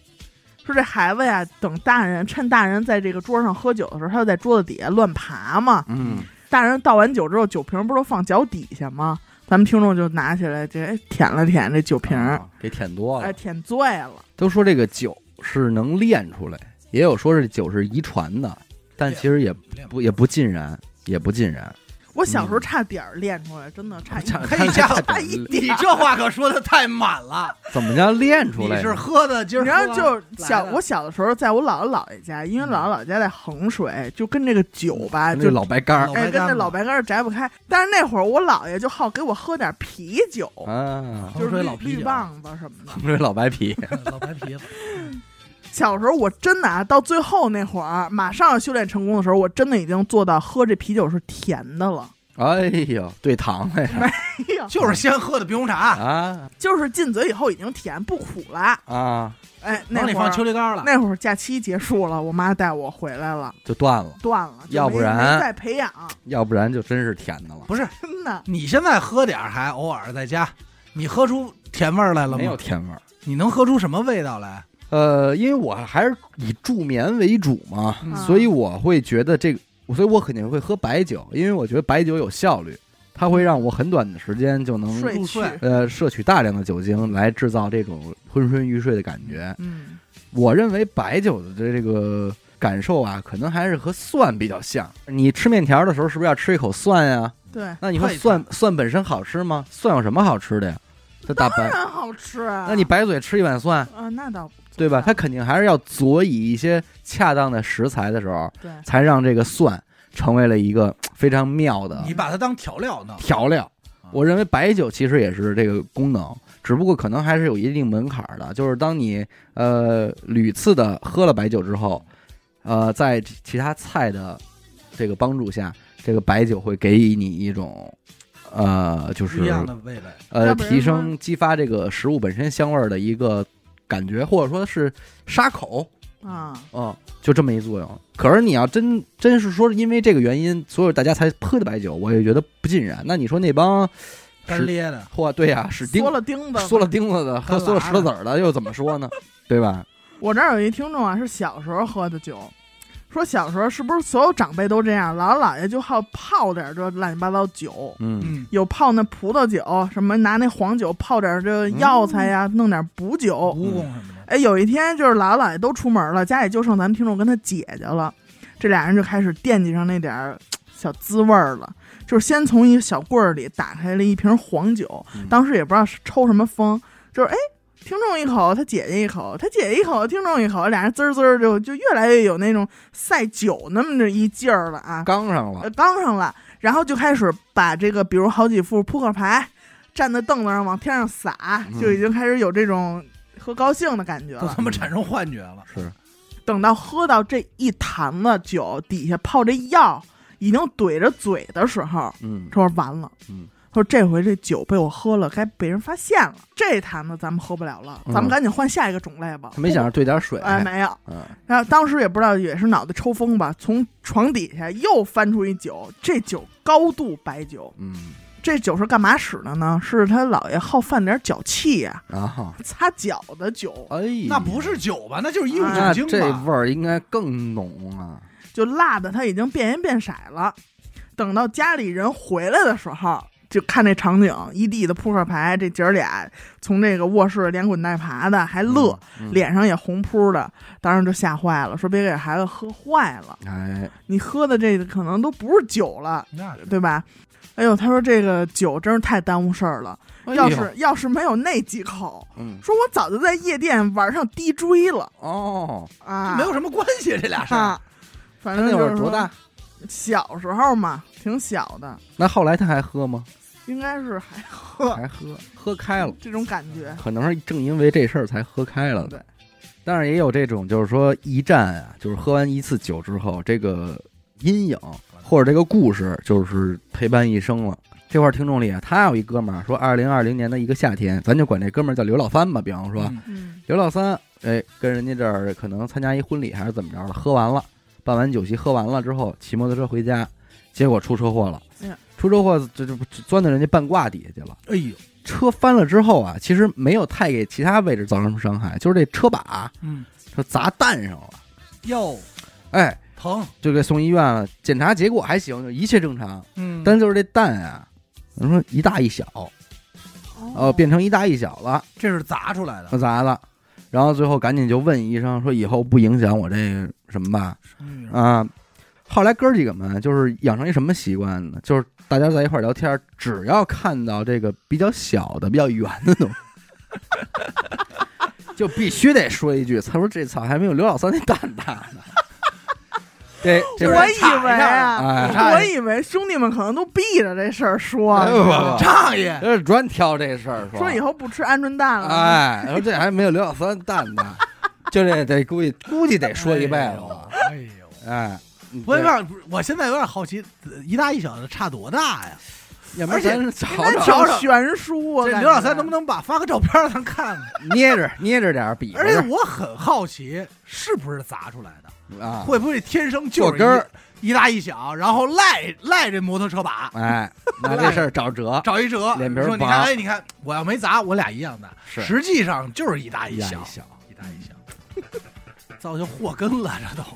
Speaker 2: 说这孩子呀，等大人趁大人在这个桌上喝酒的时候，他就在桌子底下乱爬嘛，
Speaker 1: 嗯
Speaker 2: 大人倒完酒之后，酒瓶不是都放脚底下吗？咱们听众就拿起来这哎舔了舔这酒瓶，
Speaker 1: 啊给舔
Speaker 3: 哦
Speaker 1: 多
Speaker 2: 哎，
Speaker 1: 了。
Speaker 2: 舔醉了。
Speaker 1: 都说这个酒是能练出来，也有说是酒是遗传的，但其实也不也不尽然，也不尽然。
Speaker 2: 我小
Speaker 3: 嗯
Speaker 2: 时候差点儿练出来，真的差一
Speaker 1: 差
Speaker 3: 嘿家伙
Speaker 2: 差一
Speaker 3: 你
Speaker 2: 点儿。
Speaker 3: 这话可说的太 满了，
Speaker 1: 怎么叫练出来呢？
Speaker 3: 你是喝的今儿
Speaker 2: 你
Speaker 3: 喝
Speaker 2: 知
Speaker 3: 完，
Speaker 2: 道，就是小
Speaker 3: 来的
Speaker 2: 我小的时候，在我姥姥姥爷家，因为姥姥姥爷家在衡水，就跟这个酒吧，
Speaker 1: 那
Speaker 2: 就
Speaker 1: 老白干儿
Speaker 3: 嗯老
Speaker 2: 哎
Speaker 3: 白
Speaker 2: 跟
Speaker 3: 干
Speaker 2: 这
Speaker 3: 嘛
Speaker 2: 老白干儿摘不开。但是那会儿我姥爷就好给我喝点啤酒，
Speaker 1: 啊，
Speaker 2: 就是
Speaker 3: 衡水
Speaker 2: 绿
Speaker 3: 老啤酒
Speaker 2: 绿棒子什么的。
Speaker 1: 这老白皮，
Speaker 3: 老白啤子，
Speaker 2: 小时候我真的啊，到最后那会儿，马上要修炼成功的时候，我真的已经做到喝这啤酒是甜的了。
Speaker 1: 哎呦，对糖来着
Speaker 2: 哎呀，
Speaker 3: 就是先喝的冰红茶，
Speaker 1: 啊
Speaker 2: 就是进嘴以后已经甜不苦了。
Speaker 1: 啊，
Speaker 2: 哎，那
Speaker 3: 往里
Speaker 2: 会儿
Speaker 3: 放秋梨膏了，
Speaker 2: 那会儿假期结束了，我妈带我回来了，
Speaker 1: 就断了，
Speaker 2: 断了，就
Speaker 1: 要
Speaker 2: 没
Speaker 1: 不然
Speaker 2: 没再培养，
Speaker 1: 要不然就真是甜的了。
Speaker 3: 不是
Speaker 2: 真的。
Speaker 3: 你现在喝点儿还偶尔在家，你喝出甜味儿来了
Speaker 1: 没有
Speaker 3: 吗？
Speaker 1: 甜味儿，
Speaker 3: 你能喝出什么味道来？
Speaker 1: 呃，因为我还是以助眠为主嘛，
Speaker 2: 啊
Speaker 3: 嗯
Speaker 1: 所以我会觉得这个，所以我肯定会喝白酒，因为我觉得白酒有效率，它会让我很短的时间就能
Speaker 2: 睡
Speaker 3: 入
Speaker 2: 去，
Speaker 3: 睡
Speaker 1: 呃摄取大量的酒精来制造这种昏昏欲睡的感觉。
Speaker 2: 嗯，
Speaker 1: 我认为白酒的这个感受啊，可能还是和蒜比较像。你吃面条的时候，是不是要吃一口蒜呀、
Speaker 2: 对，
Speaker 1: 那你说蒜蒜本身好吃吗？蒜有什么好吃的呀？它大白，
Speaker 2: 真好吃啊。
Speaker 1: 那你白嘴吃一碗蒜，
Speaker 2: 啊，那倒不
Speaker 1: 对吧？它
Speaker 2: 它
Speaker 1: 肯定还是要佐以一些恰当的食材的时候，
Speaker 2: 对
Speaker 1: 才让这个蒜成为了一个非常妙的
Speaker 3: 你把它当调料弄，
Speaker 1: 调料。
Speaker 3: 啊
Speaker 1: 我认为白酒其实也是这个功能，只不过可能还是有一定门槛儿的，就是当你呃屡次的喝了白酒之后，呃，在其其他菜的这个帮助下，这个白酒会给予你一种呃，就
Speaker 3: 不一
Speaker 1: 是
Speaker 3: 样的味蕾。
Speaker 1: 呃
Speaker 2: 要不然
Speaker 1: 提
Speaker 2: 说
Speaker 1: 升激发这个食物本身香味儿的一个感觉，或者说是杀口，
Speaker 2: 啊，
Speaker 1: 嗯，就这么一作用。可是你要真真是说因为这个原因，所以大家才喝的白酒，我也觉得不尽然。那你说那帮
Speaker 3: 干咧的，
Speaker 1: 嚯， 对呀、是钉
Speaker 2: 缩了钉子，
Speaker 1: 缩了钉子的和
Speaker 3: 干
Speaker 1: 缩了
Speaker 3: 嘛
Speaker 1: 石头
Speaker 3: 呢
Speaker 1: 子儿的，又怎么说呢？对吧？
Speaker 2: 我这儿有一听众啊，是小时候喝的酒，说小时候是不是所有长辈都这样？姥姥姥爷就好泡点儿这乱七八糟酒，
Speaker 1: 嗯，
Speaker 3: 嗯，
Speaker 2: 有泡那葡萄酒，什么拿那黄酒泡点儿这药材呀、弄点儿补
Speaker 1: 哦
Speaker 2: 酒。
Speaker 3: 蜈
Speaker 1: 嗯
Speaker 3: 蚣什么
Speaker 1: 啊
Speaker 3: 的，
Speaker 2: 哎，有一天就是姥姥姥爷都出门了，家里就剩咱们听众跟他姐姐了，这俩人就开始惦记上那点儿小滋味儿了。就是先从一个小柜儿里打开了一瓶黄酒，
Speaker 1: 嗯
Speaker 2: 当时也不知道是抽什么风，就是哎，听众一口，他姐姐一口，他姐姐一口，听众一口，俩人滋儿滋儿就就越来越有那种赛酒那么着一劲儿了啊，
Speaker 1: 刚上了
Speaker 2: 呃，刚上了，然后就开始把这个，比如好几副扑克牌站在凳子上往天上撒，
Speaker 1: 嗯
Speaker 2: 就已经开始有这种喝高兴的感觉
Speaker 3: 都
Speaker 2: 了。
Speaker 3: 他妈产生幻觉了。
Speaker 1: 是
Speaker 2: 等到喝到这一坛子酒底下泡这药已经怼着嘴的时候，
Speaker 1: 嗯
Speaker 2: 他说完了，
Speaker 1: 嗯
Speaker 2: 他说这回这酒被我喝了，该被人发现了，这坛子咱们喝不了了，
Speaker 1: 嗯
Speaker 2: 咱们赶紧换下一个种类吧。
Speaker 1: 没想着兑点水，
Speaker 2: 哎，没有，
Speaker 1: 嗯，
Speaker 2: 然后当时也不知道，也是脑袋抽风吧，从床底下又翻出一酒，这酒高度白酒，
Speaker 1: 嗯
Speaker 2: 这酒是干嘛使的呢？是他姥爷好犯点脚气呀、
Speaker 1: 啊，
Speaker 2: 擦脚的酒，
Speaker 1: 哎呀，哎
Speaker 3: 那不是酒吧，那就是医
Speaker 1: 那
Speaker 3: 用酒精
Speaker 1: 这
Speaker 3: 吧。
Speaker 1: 味儿应该更浓啊，
Speaker 2: 就辣的他已经变颜变色了。等到家里人回来的时候，就看这场景，一地的扑克牌，这姐儿俩从这个卧室连滚带爬的，还乐，
Speaker 1: 嗯，嗯
Speaker 2: 脸上也红扑的，当时就吓坏了，说别给孩子喝坏了，
Speaker 1: 哎，
Speaker 2: 你喝的这个可能都不是酒了，
Speaker 3: 那
Speaker 2: 对吧？哎呦，他说这个酒真是太耽误事儿了。要
Speaker 1: 哎呦
Speaker 2: 是要是没有那几口，
Speaker 1: 嗯
Speaker 2: 说我早就在夜店玩上低追了
Speaker 1: 哦，
Speaker 2: 啊，
Speaker 3: 没有什么关系，这俩事儿。
Speaker 2: 啊，反
Speaker 1: 他
Speaker 2: 正
Speaker 1: 那会
Speaker 2: 就
Speaker 1: 儿
Speaker 2: 是
Speaker 1: 多
Speaker 2: 说
Speaker 1: 大？
Speaker 2: 小时候嘛，挺小的，
Speaker 1: 那后来他还喝吗？
Speaker 2: 应该是还喝
Speaker 1: 还喝，喝开了。
Speaker 2: 这种感觉。
Speaker 1: 可能是正因为这事儿才喝开了
Speaker 2: 对
Speaker 1: 的。但是也有这种，就是说一战啊，就是喝完一次酒之后，这个阴影或者这个故事就是陪伴一生了。这块听众里啊，他有一哥们儿说，二零二零年的一个夏天，咱就管这哥们儿叫刘老三吧，比方说，
Speaker 3: 嗯
Speaker 2: 嗯
Speaker 1: 刘老三，哎，跟人家这儿可能参加一婚礼还是怎么着了，喝完了，办完酒席喝完了之后，骑摩托车回家，结果出车祸了
Speaker 2: 哎呀。
Speaker 1: 出车祸，这这这钻到人家半挂底下去了。
Speaker 3: 哎呦，
Speaker 1: 车翻了之后啊，其实没有太给其他位置造成什么伤害，就是这车把
Speaker 3: 嗯，
Speaker 1: 就砸蛋上了。
Speaker 3: 哟，
Speaker 1: 哎，
Speaker 3: 疼，
Speaker 1: 就给送医院了。检查结果还行，就一切正常，
Speaker 3: 嗯
Speaker 1: 但就是这蛋啊，你说一大一小，哦，变成一大一小了，
Speaker 3: 这是砸出来的，
Speaker 1: 那咋了？然后最后赶紧就问医生说，以后不影响我这什么吧？
Speaker 3: 嗯
Speaker 1: 啊，后来哥儿几个们就是养成一什么习惯呢？就是大家在一块儿聊天，只要看到这个比较小的、比较圆的东西， 就必须得说一句：“他说这草还没有刘老三那蛋大呢。”这这
Speaker 2: 我以为
Speaker 1: 哎
Speaker 2: 啊，我以为兄弟们可能都避着这事儿说
Speaker 1: 哎呦
Speaker 2: 呢，
Speaker 3: 仗义，
Speaker 1: 这是专挑这事儿
Speaker 2: 说以后不吃鹌鹑蛋了。
Speaker 1: 哎，说这还没有刘老三蛋大，就这得估计估计得说一辈子了。
Speaker 3: 哎呦，
Speaker 1: 哎，你
Speaker 3: 我有
Speaker 1: 这
Speaker 3: 点，我现在有点好奇，呃一大一小的差多大呀？
Speaker 1: 要不然
Speaker 3: 而且
Speaker 1: 咱
Speaker 2: 那
Speaker 1: 找
Speaker 3: 找
Speaker 1: 找
Speaker 3: 找
Speaker 2: 挺悬殊啊！
Speaker 3: 这
Speaker 2: 感
Speaker 3: 刘老
Speaker 2: 觉
Speaker 3: 三能不能把发个照片儿咱看看？
Speaker 1: 捏着捏着点儿比划
Speaker 3: 而且
Speaker 1: 着
Speaker 3: 我很好奇，是不是砸出来的？
Speaker 1: 啊，
Speaker 3: 会不会天生就
Speaker 1: 坐
Speaker 3: 是
Speaker 1: 根儿
Speaker 3: 一一大一小，然后赖赖这摩托车把，
Speaker 1: 哎， 那这事儿找辙，
Speaker 3: 找一折，
Speaker 1: 脸皮儿
Speaker 3: 说你
Speaker 1: 薄
Speaker 3: 看，哎，你看，我要没砸，我俩一样的，
Speaker 1: 是
Speaker 3: 实际上就是一大
Speaker 1: 一
Speaker 3: 一
Speaker 1: 大
Speaker 3: 小，
Speaker 1: 一小。
Speaker 3: 一大一小，造就祸根了，这都。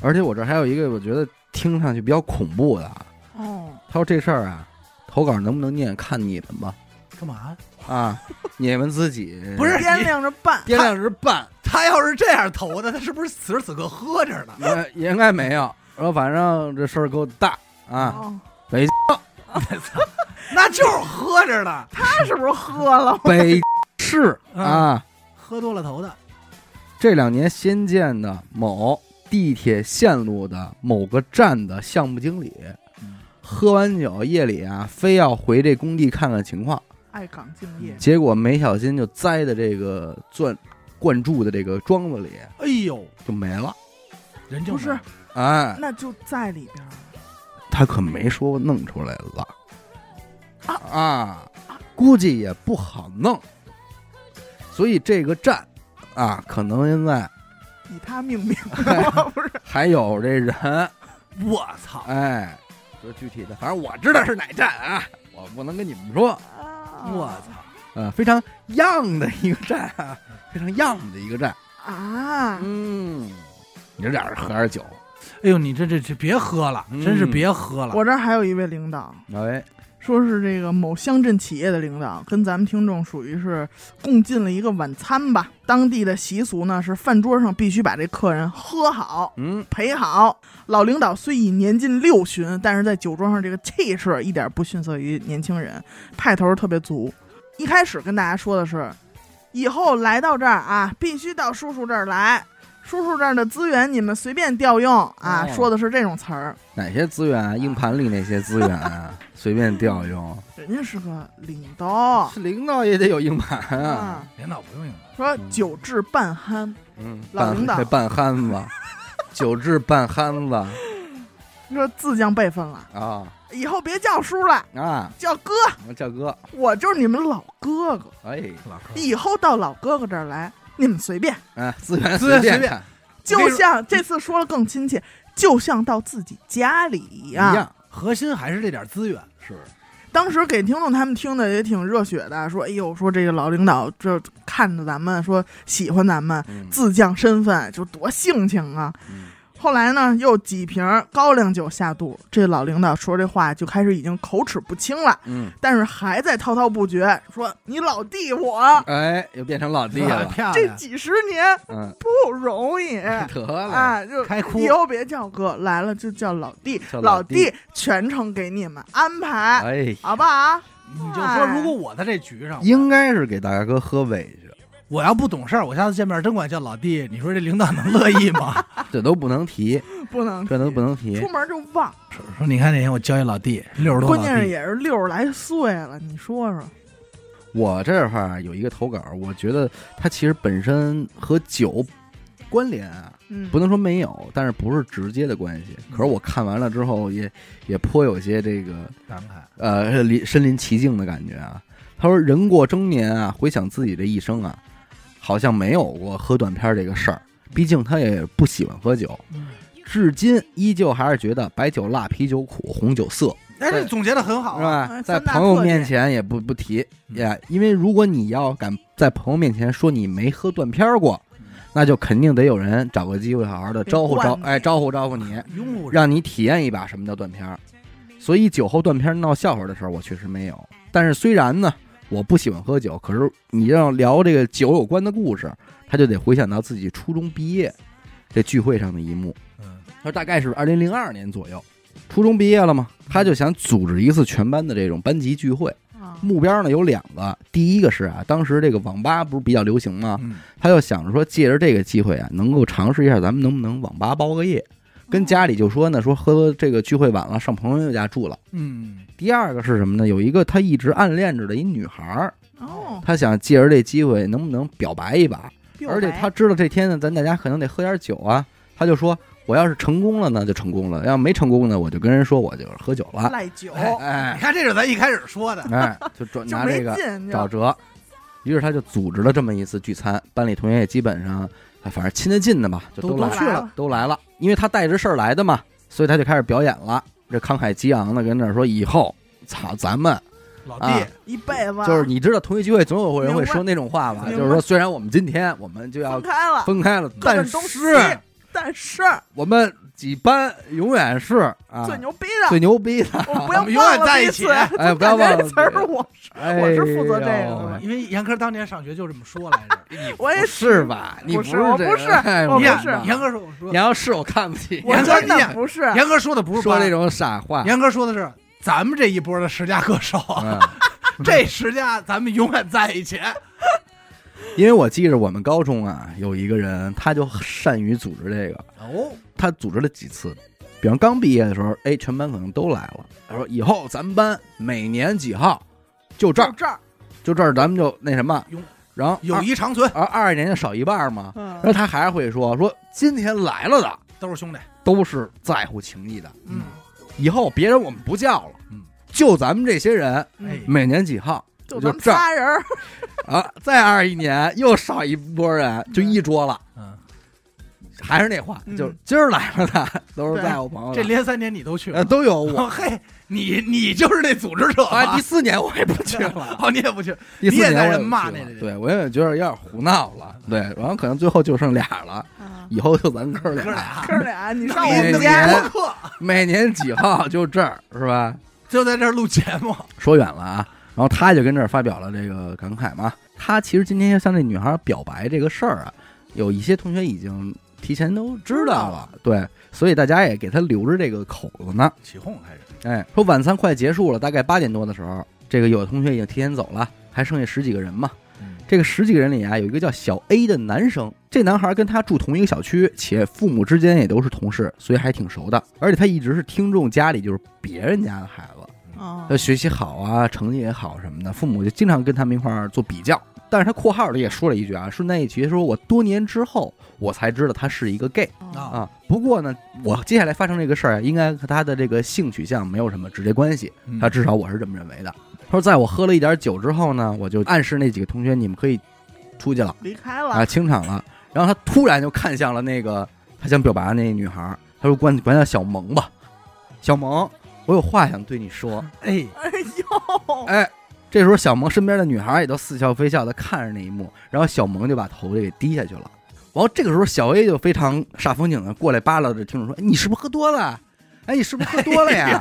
Speaker 1: 而且我这还有一个，我觉得听上去比较恐怖的啊。
Speaker 2: 哦，
Speaker 1: 他说这事儿啊，投稿能不能念，看你们吧。
Speaker 3: 干嘛？
Speaker 1: 啊， 你们自己
Speaker 3: 不是
Speaker 2: 掂量着办，
Speaker 1: 掂量着 办，
Speaker 3: 他要是这样投的，他是不是此时此刻喝着呢？
Speaker 1: 也也应该没有。说反正这事儿够大啊，
Speaker 2: 哦
Speaker 1: 北
Speaker 3: 那就是喝着呢，
Speaker 2: 他是不是喝了？
Speaker 1: 北 市
Speaker 3: 嗯
Speaker 1: 啊，
Speaker 3: 喝多了头的。
Speaker 1: 这两年新建的某地铁线路的某个站的项目经理
Speaker 3: 嗯，
Speaker 1: 喝完酒夜里啊，非要回这工地看看情况。
Speaker 2: 爱岗敬业，
Speaker 1: 结果没小心就栽在这个钻灌注的这个桩子里，
Speaker 3: 哎呦，
Speaker 1: 就没了。
Speaker 3: 人就
Speaker 2: 不是，
Speaker 1: 哎，
Speaker 2: 那就在里边儿
Speaker 1: 他可没说弄出来了啊，估计也不好弄。所以这个站啊，可能现在
Speaker 2: 以他命 名的，不是？
Speaker 1: 还有这人，
Speaker 3: 我操！
Speaker 1: 哎，说具体的，反正我知道是哪站啊，我不能跟你们说。
Speaker 3: 我
Speaker 2: 啊
Speaker 3: 操！
Speaker 1: 呃，非常样的一个站啊， 非常样的一个站。
Speaker 2: 啊！
Speaker 1: 嗯，你这俩人喝点酒，
Speaker 3: 哎呦，你这这这别喝了，真是
Speaker 1: 嗯
Speaker 3: 别喝了。
Speaker 2: 我这儿还有一位领导，
Speaker 1: 哎，
Speaker 2: 说是这个某乡镇企业的领导跟咱们听众属于是共进了一个晚餐吧。当地的习俗呢是饭桌上必须把这客人喝好。
Speaker 1: 嗯，
Speaker 2: 陪好老领导虽已年近六旬，但是在酒桌上这个气势一点不逊色于年轻人，派头特别足。一开始跟大家说的是，以后来到这儿啊，必须到叔叔这儿来，叔叔这儿的资源你们随便调用啊，
Speaker 1: 哦
Speaker 2: 说的是这种词儿。
Speaker 1: 哪些资源啊？硬盘里那些资源 啊？随便调用？
Speaker 2: 人家是个领导，
Speaker 1: 是领导也得有硬盘
Speaker 2: 啊
Speaker 1: 啊。，
Speaker 3: 领导不用用了，
Speaker 2: 说
Speaker 1: 嗯
Speaker 2: 酒至半酣，
Speaker 1: 嗯，
Speaker 2: 老
Speaker 1: 半
Speaker 2: 领导
Speaker 1: 这半憨 子，酒至半憨子
Speaker 2: 说自降辈分了，
Speaker 1: 啊
Speaker 2: 以后别叫叔了，
Speaker 1: 啊！
Speaker 2: 叫哥，
Speaker 1: 我叫哥，
Speaker 2: 我就是你们老哥哥，
Speaker 1: 哎，
Speaker 3: 老哥。
Speaker 2: 以后到老哥哥这儿来，你们随便。
Speaker 1: 啊，资源
Speaker 3: 资源
Speaker 1: 随啊
Speaker 3: 随便
Speaker 1: 看
Speaker 2: 就像这次说了更亲切，就像到自己家里
Speaker 1: 一
Speaker 2: 一样。
Speaker 1: 样
Speaker 3: 核心还是这点资源，
Speaker 1: 是
Speaker 2: 当时给听众他们听的也挺热血的，说：“哎呦，说这个老领导这看着咱们，说喜欢咱们，
Speaker 1: 嗯
Speaker 2: 自降身份，就多性情啊。
Speaker 1: 嗯
Speaker 2: 后来呢，又几瓶高粱酒下肚，这老领导说这话就开始已经口齿不清了，
Speaker 1: 嗯，
Speaker 2: 但是还在滔滔不绝，说：“你老弟我
Speaker 1: 哎，又变成老弟
Speaker 3: 啊
Speaker 1: 了，
Speaker 3: 漂
Speaker 2: 这
Speaker 3: 亮，
Speaker 2: 几十年
Speaker 1: 嗯，
Speaker 2: 不容易。”
Speaker 1: 得了，
Speaker 2: 啊，就
Speaker 3: 开哭
Speaker 2: 以后别叫哥，来了就叫老弟，
Speaker 1: 叫老
Speaker 2: 老
Speaker 1: 弟
Speaker 2: 全程给你们安排，
Speaker 1: 哎，
Speaker 2: 好不好？
Speaker 3: 你就说，如果我在这局上，
Speaker 1: 应该是给大家哥喝委屈，
Speaker 3: 我要不懂事儿，我下次见面真管叫老弟，你说这领导能乐意吗？
Speaker 1: 这都不能提，
Speaker 2: 不能
Speaker 1: 这都不能提
Speaker 2: 出，门就忘，
Speaker 3: 说你看那天我交一老弟，六十多
Speaker 2: 关
Speaker 3: 老
Speaker 2: 键是
Speaker 3: 弟，
Speaker 2: 也是六十来岁了，你说说，
Speaker 1: 我这块儿有一个投稿，我觉得它其实本身和酒关联啊，
Speaker 2: 嗯，
Speaker 1: 不能说没有，但是不是直接的关系。可是我看完了之后也，也颇有些这个
Speaker 3: 感慨
Speaker 1: 呃临身临其境的感觉啊。他说，人过中年啊，回想自己这一生啊，好像没有过喝断片儿这个事儿。毕竟他也不喜欢喝酒，至今依旧还是觉得白酒辣、啤酒苦、红酒涩。
Speaker 3: 哎，这总结的很好
Speaker 1: 是
Speaker 3: 啊，
Speaker 1: 吧
Speaker 2: 哎？
Speaker 1: 在
Speaker 2: 三大
Speaker 1: 朋友
Speaker 2: 特点
Speaker 1: 面前也不不提
Speaker 3: 嗯
Speaker 1: 呀因为如果你要敢在朋友面前说你没喝断片儿过
Speaker 3: 嗯，
Speaker 1: 那就肯定得有人找个机会好好的招呼招
Speaker 2: 惯，你
Speaker 1: 哎，招呼招呼你，
Speaker 3: 拥护着
Speaker 1: 让你体验一把什么叫断片儿。所以酒后断片儿闹笑话的事儿，我确实没有。但是虽然呢，我不喜欢喝酒，可是你要聊这个酒有关的故事，他就得回想到自己初中毕业这聚会上的一幕。
Speaker 3: 嗯
Speaker 1: 他大概是二零零二年左右，初中毕业了嘛，他就想组织一次全班的这种班级聚会，
Speaker 2: 啊
Speaker 1: 目标呢有两个，第一个是啊，当时这个网吧不是比较流行吗？
Speaker 3: 嗯
Speaker 1: 他就想着说，借着这个机会啊，能够尝试一下咱们能不能网吧包个夜。跟家里就说呢，说喝这个聚会晚了，上朋友家住了。
Speaker 3: 嗯
Speaker 1: 第二个是什么呢？有一个他一直暗恋着的一女孩儿，
Speaker 2: 哦，
Speaker 1: 他想借着这机会能不能表白一把？
Speaker 2: 表
Speaker 1: 而且
Speaker 2: 白
Speaker 1: 他知道这天呢，咱大家可能得喝点酒啊。他就说，我要是成功了呢，就成功了；要没成功呢，我就跟人说我就是喝酒了。
Speaker 2: 赖酒
Speaker 1: 哎
Speaker 3: 你
Speaker 1: 哎
Speaker 3: 看，这是咱一开始说的，
Speaker 1: 哎，就转
Speaker 2: 就
Speaker 1: 拿
Speaker 2: 没
Speaker 1: 这个
Speaker 2: 劲，就
Speaker 1: 找辙。于是他就组织了这么一次聚餐，班里同学也基本上，啊反正亲得近的吧，就
Speaker 3: 都
Speaker 1: 来
Speaker 2: 都
Speaker 1: 了
Speaker 2: 去
Speaker 3: 了
Speaker 2: 了，
Speaker 1: 都来了，因为他带着事儿来的嘛，所以他就开始表演了。这慷慨激昂的跟那儿说：“以后，操，咱们
Speaker 3: 老
Speaker 1: 啊
Speaker 3: 弟，
Speaker 2: 一辈子
Speaker 1: 就是你知道同学聚会总有人会
Speaker 2: 明白
Speaker 1: 说那种话吧？
Speaker 2: 明白
Speaker 1: 就是说，虽然我们今天我们就要
Speaker 2: 分开了，
Speaker 1: 分开了，
Speaker 2: 各奔
Speaker 1: 但
Speaker 2: 东西
Speaker 1: 是啊
Speaker 2: 但是
Speaker 1: 我们几班永远是啊
Speaker 2: 最牛逼的，
Speaker 1: 最牛逼的。
Speaker 2: 我不
Speaker 3: 我
Speaker 2: 要
Speaker 3: 们永远
Speaker 2: 忘了
Speaker 3: 在一
Speaker 2: 这次
Speaker 3: 起
Speaker 1: 哎，不要忘了
Speaker 2: 这词儿我
Speaker 1: 哎
Speaker 2: 我是负责这个
Speaker 1: 呦
Speaker 2: 的
Speaker 3: 因为严科当年上学就这么说来着。
Speaker 2: 我也
Speaker 1: 不是吧？你
Speaker 2: 不
Speaker 1: 是
Speaker 2: 是我
Speaker 1: 这
Speaker 2: 不
Speaker 1: 个
Speaker 2: 是
Speaker 1: 哎
Speaker 2: 我不
Speaker 1: 你
Speaker 3: 严
Speaker 1: 看
Speaker 2: 是
Speaker 1: 吧
Speaker 3: 严哥说，我说
Speaker 1: 你要是我看不起，
Speaker 2: 我
Speaker 3: 严格
Speaker 2: 真
Speaker 3: 你也
Speaker 2: 的不是，
Speaker 3: 严哥说的不是
Speaker 1: 说
Speaker 3: 八
Speaker 1: 那，种傻话，
Speaker 3: 严哥说的是咱们这一波的十佳歌手，
Speaker 1: 嗯
Speaker 3: 这十佳咱们永远在一起。
Speaker 1: 因为我记着我们高中啊，有一个人他就善于组织这个，
Speaker 3: 哦，
Speaker 1: 他组织了几次。比方刚毕业的时候，哎，全班可能都来了。他说以后咱们班每年几号，就这
Speaker 2: 就
Speaker 1: 儿，
Speaker 2: 这儿，
Speaker 1: 就这儿，咱们就那什么
Speaker 3: 有。
Speaker 1: 然后
Speaker 3: 友谊长存，
Speaker 1: 而二一年就少一半嘛。然后
Speaker 2: 嗯
Speaker 1: 他还会说说今天来了的
Speaker 3: 都是兄弟。
Speaker 1: 都是在乎情谊的，
Speaker 2: 嗯，
Speaker 1: 以后别人我们不叫了，
Speaker 3: 嗯，
Speaker 1: 就咱们这些人
Speaker 3: 哎
Speaker 2: 嗯，
Speaker 1: 每年几号
Speaker 2: 就
Speaker 1: 就
Speaker 2: 咱们
Speaker 1: 这儿
Speaker 2: 仨人儿，
Speaker 1: 啊，再二一年又少一波人，就一桌了。
Speaker 3: 嗯，
Speaker 1: 还是那话，
Speaker 2: 嗯
Speaker 1: 就是今儿来了的都是
Speaker 2: 对
Speaker 1: 在我朋友
Speaker 3: 这
Speaker 1: 的，
Speaker 3: 连三年你都去
Speaker 1: 呃
Speaker 3: 了，
Speaker 1: 都有我。
Speaker 3: 哦嘿，你你就是那组织者吧
Speaker 1: 啊，第四年我也不去
Speaker 3: 去
Speaker 1: 了，
Speaker 3: 了， 哦，你也不去，
Speaker 1: 第四
Speaker 3: 你也
Speaker 1: 年
Speaker 3: 在
Speaker 1: 我
Speaker 3: 这
Speaker 1: 不去
Speaker 3: 骂
Speaker 1: 了
Speaker 3: 那人
Speaker 1: 对我也觉得有点胡闹了，对，然后可能最后就剩俩了，
Speaker 2: 嗯
Speaker 1: 以后就咱哥
Speaker 3: 哥
Speaker 1: 俩，
Speaker 3: 俩啊
Speaker 2: 哥俩，你上
Speaker 1: 那
Speaker 2: 我
Speaker 1: 也
Speaker 2: 们
Speaker 1: 能
Speaker 2: 家
Speaker 1: 连
Speaker 3: 播客
Speaker 1: 每年几号就这儿是吧？
Speaker 3: 就在这儿录节目，
Speaker 1: 说远了啊，然后他就跟这儿发表了这个感慨嘛，他其实今天向这女孩表白这个事儿啊，有一些同学已经提前都知道了，对，所以大家也给他留着这个口子呢。
Speaker 3: 起哄开始。
Speaker 1: 哎，说晚餐快结束了，大概八点多的时候，这个有的同学已经提前走了，还剩下十几个人嘛。这个十几个人里啊，有一个叫小 A 的男生，这男孩跟他住同一个小区，且父母之间也都是同事，所以还挺熟的。而且他一直是听众家里就是别人家的孩子，
Speaker 2: 啊
Speaker 1: 他学习好啊，成绩也好什么的，父母就经常跟他们一块儿做比较。但是他括号里也说了一句啊，顺带一提说，我多年之后我才知道他是一个 gay
Speaker 3: 啊
Speaker 1: 啊。不过呢，我接下来发生这个事儿啊，应该和他的这个性取向没有什么直接关系。
Speaker 3: 嗯
Speaker 1: 他至少我是这么认为的。他说，在我喝了一点酒之后呢，我就暗示那几个同学，你们可以出去了
Speaker 2: 离开
Speaker 1: 啊，
Speaker 2: 了，
Speaker 1: 清场了。然后他突然就看向了那个他想表白的那女孩儿，他说管管她叫小萌吧，小萌，我有话想对你说。
Speaker 3: 哎，
Speaker 2: 哎呦，
Speaker 1: 哎，这时候小萌身边的女孩也都似笑非笑的看着那一幕，然后小萌就把头就给低下去了。然后这个时候，小 A 就非常煞风景的过来扒拉着听众说：“哎，你是不是喝多了？哎，你是不是喝多了呀？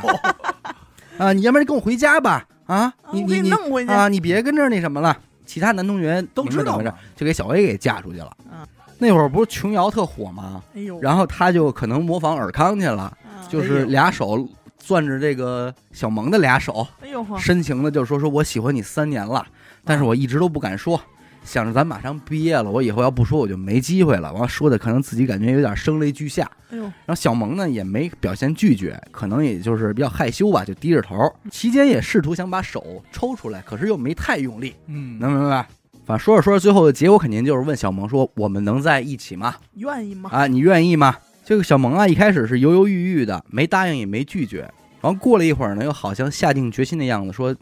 Speaker 1: 啊，你要不然跟我回家吧？啊，你
Speaker 2: 我给
Speaker 1: 你你
Speaker 2: 弄回去，
Speaker 1: 啊，你别跟这儿那什么了。”其他男同学
Speaker 3: 都
Speaker 1: 明白
Speaker 3: 知
Speaker 1: 怎么
Speaker 3: 道
Speaker 1: 回事
Speaker 3: 嘛，
Speaker 1: 就给小 A 给架出去了
Speaker 2: 嗯。
Speaker 1: 那会儿不是琼瑶特火吗？
Speaker 2: 哎呦，
Speaker 1: 然后他就可能模仿尔康去了，
Speaker 2: 啊
Speaker 1: 就是俩手攥着这个小萌的俩手，
Speaker 2: 哎呦呵，
Speaker 1: 深情的就说说我喜欢你三年了，但是我一直都不敢说，想着咱马上毕业了，我以后要不说我就没机会了。完了说的可能自己感觉有点声泪俱下。
Speaker 2: 哎呦，
Speaker 1: 然后小萌呢也没表现拒绝，可能也就是比较害羞吧，就低着头。期间也试图想把手抽出来，可是又没太用力，
Speaker 3: 嗯，
Speaker 1: 能明白？反正说着说着，最后的结果肯定就是问小萌说：“我们能在一起吗？
Speaker 2: 愿意吗？
Speaker 1: 啊，你愿意吗？”这个小萌啊，一开始是犹犹豫豫的，没答应也没拒绝。然后过了一会儿呢，又好像下定决心的样子，说：“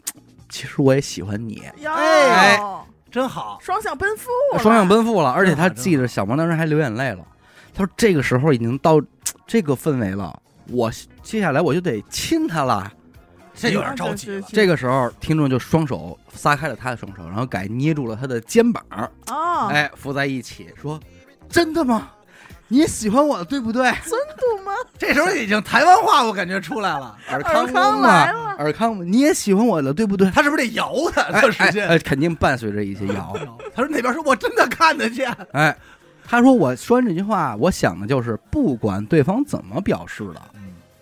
Speaker 1: 其实我也喜欢你。”
Speaker 2: 哟
Speaker 3: 哎，真好，
Speaker 2: 双向奔赴，
Speaker 1: 双向，奔赴了，而且
Speaker 3: 真好
Speaker 1: 他
Speaker 3: 真好
Speaker 1: 记着小萌当时还流眼泪了。他说：“这个时候已经到这个氛围了，我接下来我就得亲他了。”
Speaker 3: 这有点着急
Speaker 2: 啊
Speaker 3: 了。
Speaker 1: 这个时候，听众就双手
Speaker 3: 啊
Speaker 1: 撒开了他的双手，然后改捏住了他的肩膀，哎
Speaker 2: 哦，
Speaker 1: 哎，扶在一起，说：“真的吗？你喜欢我对不对？
Speaker 2: 杜吗？
Speaker 3: 这时候已经台湾话我感觉出来了，
Speaker 1: 尔
Speaker 2: 尔
Speaker 1: 康
Speaker 2: 康来
Speaker 1: 嘛，
Speaker 2: 了，
Speaker 1: 尔康嘛，你也喜欢我了对不 对？
Speaker 3: 他是不是得摇他？
Speaker 1: 哎
Speaker 3: 这时
Speaker 1: 哎
Speaker 3: 间，
Speaker 1: 哎，肯定伴随着一些摇。
Speaker 3: 他说那边说我真的看得见，
Speaker 1: 哎，他说我说完这句话，我想的就是不管对方怎么表示了，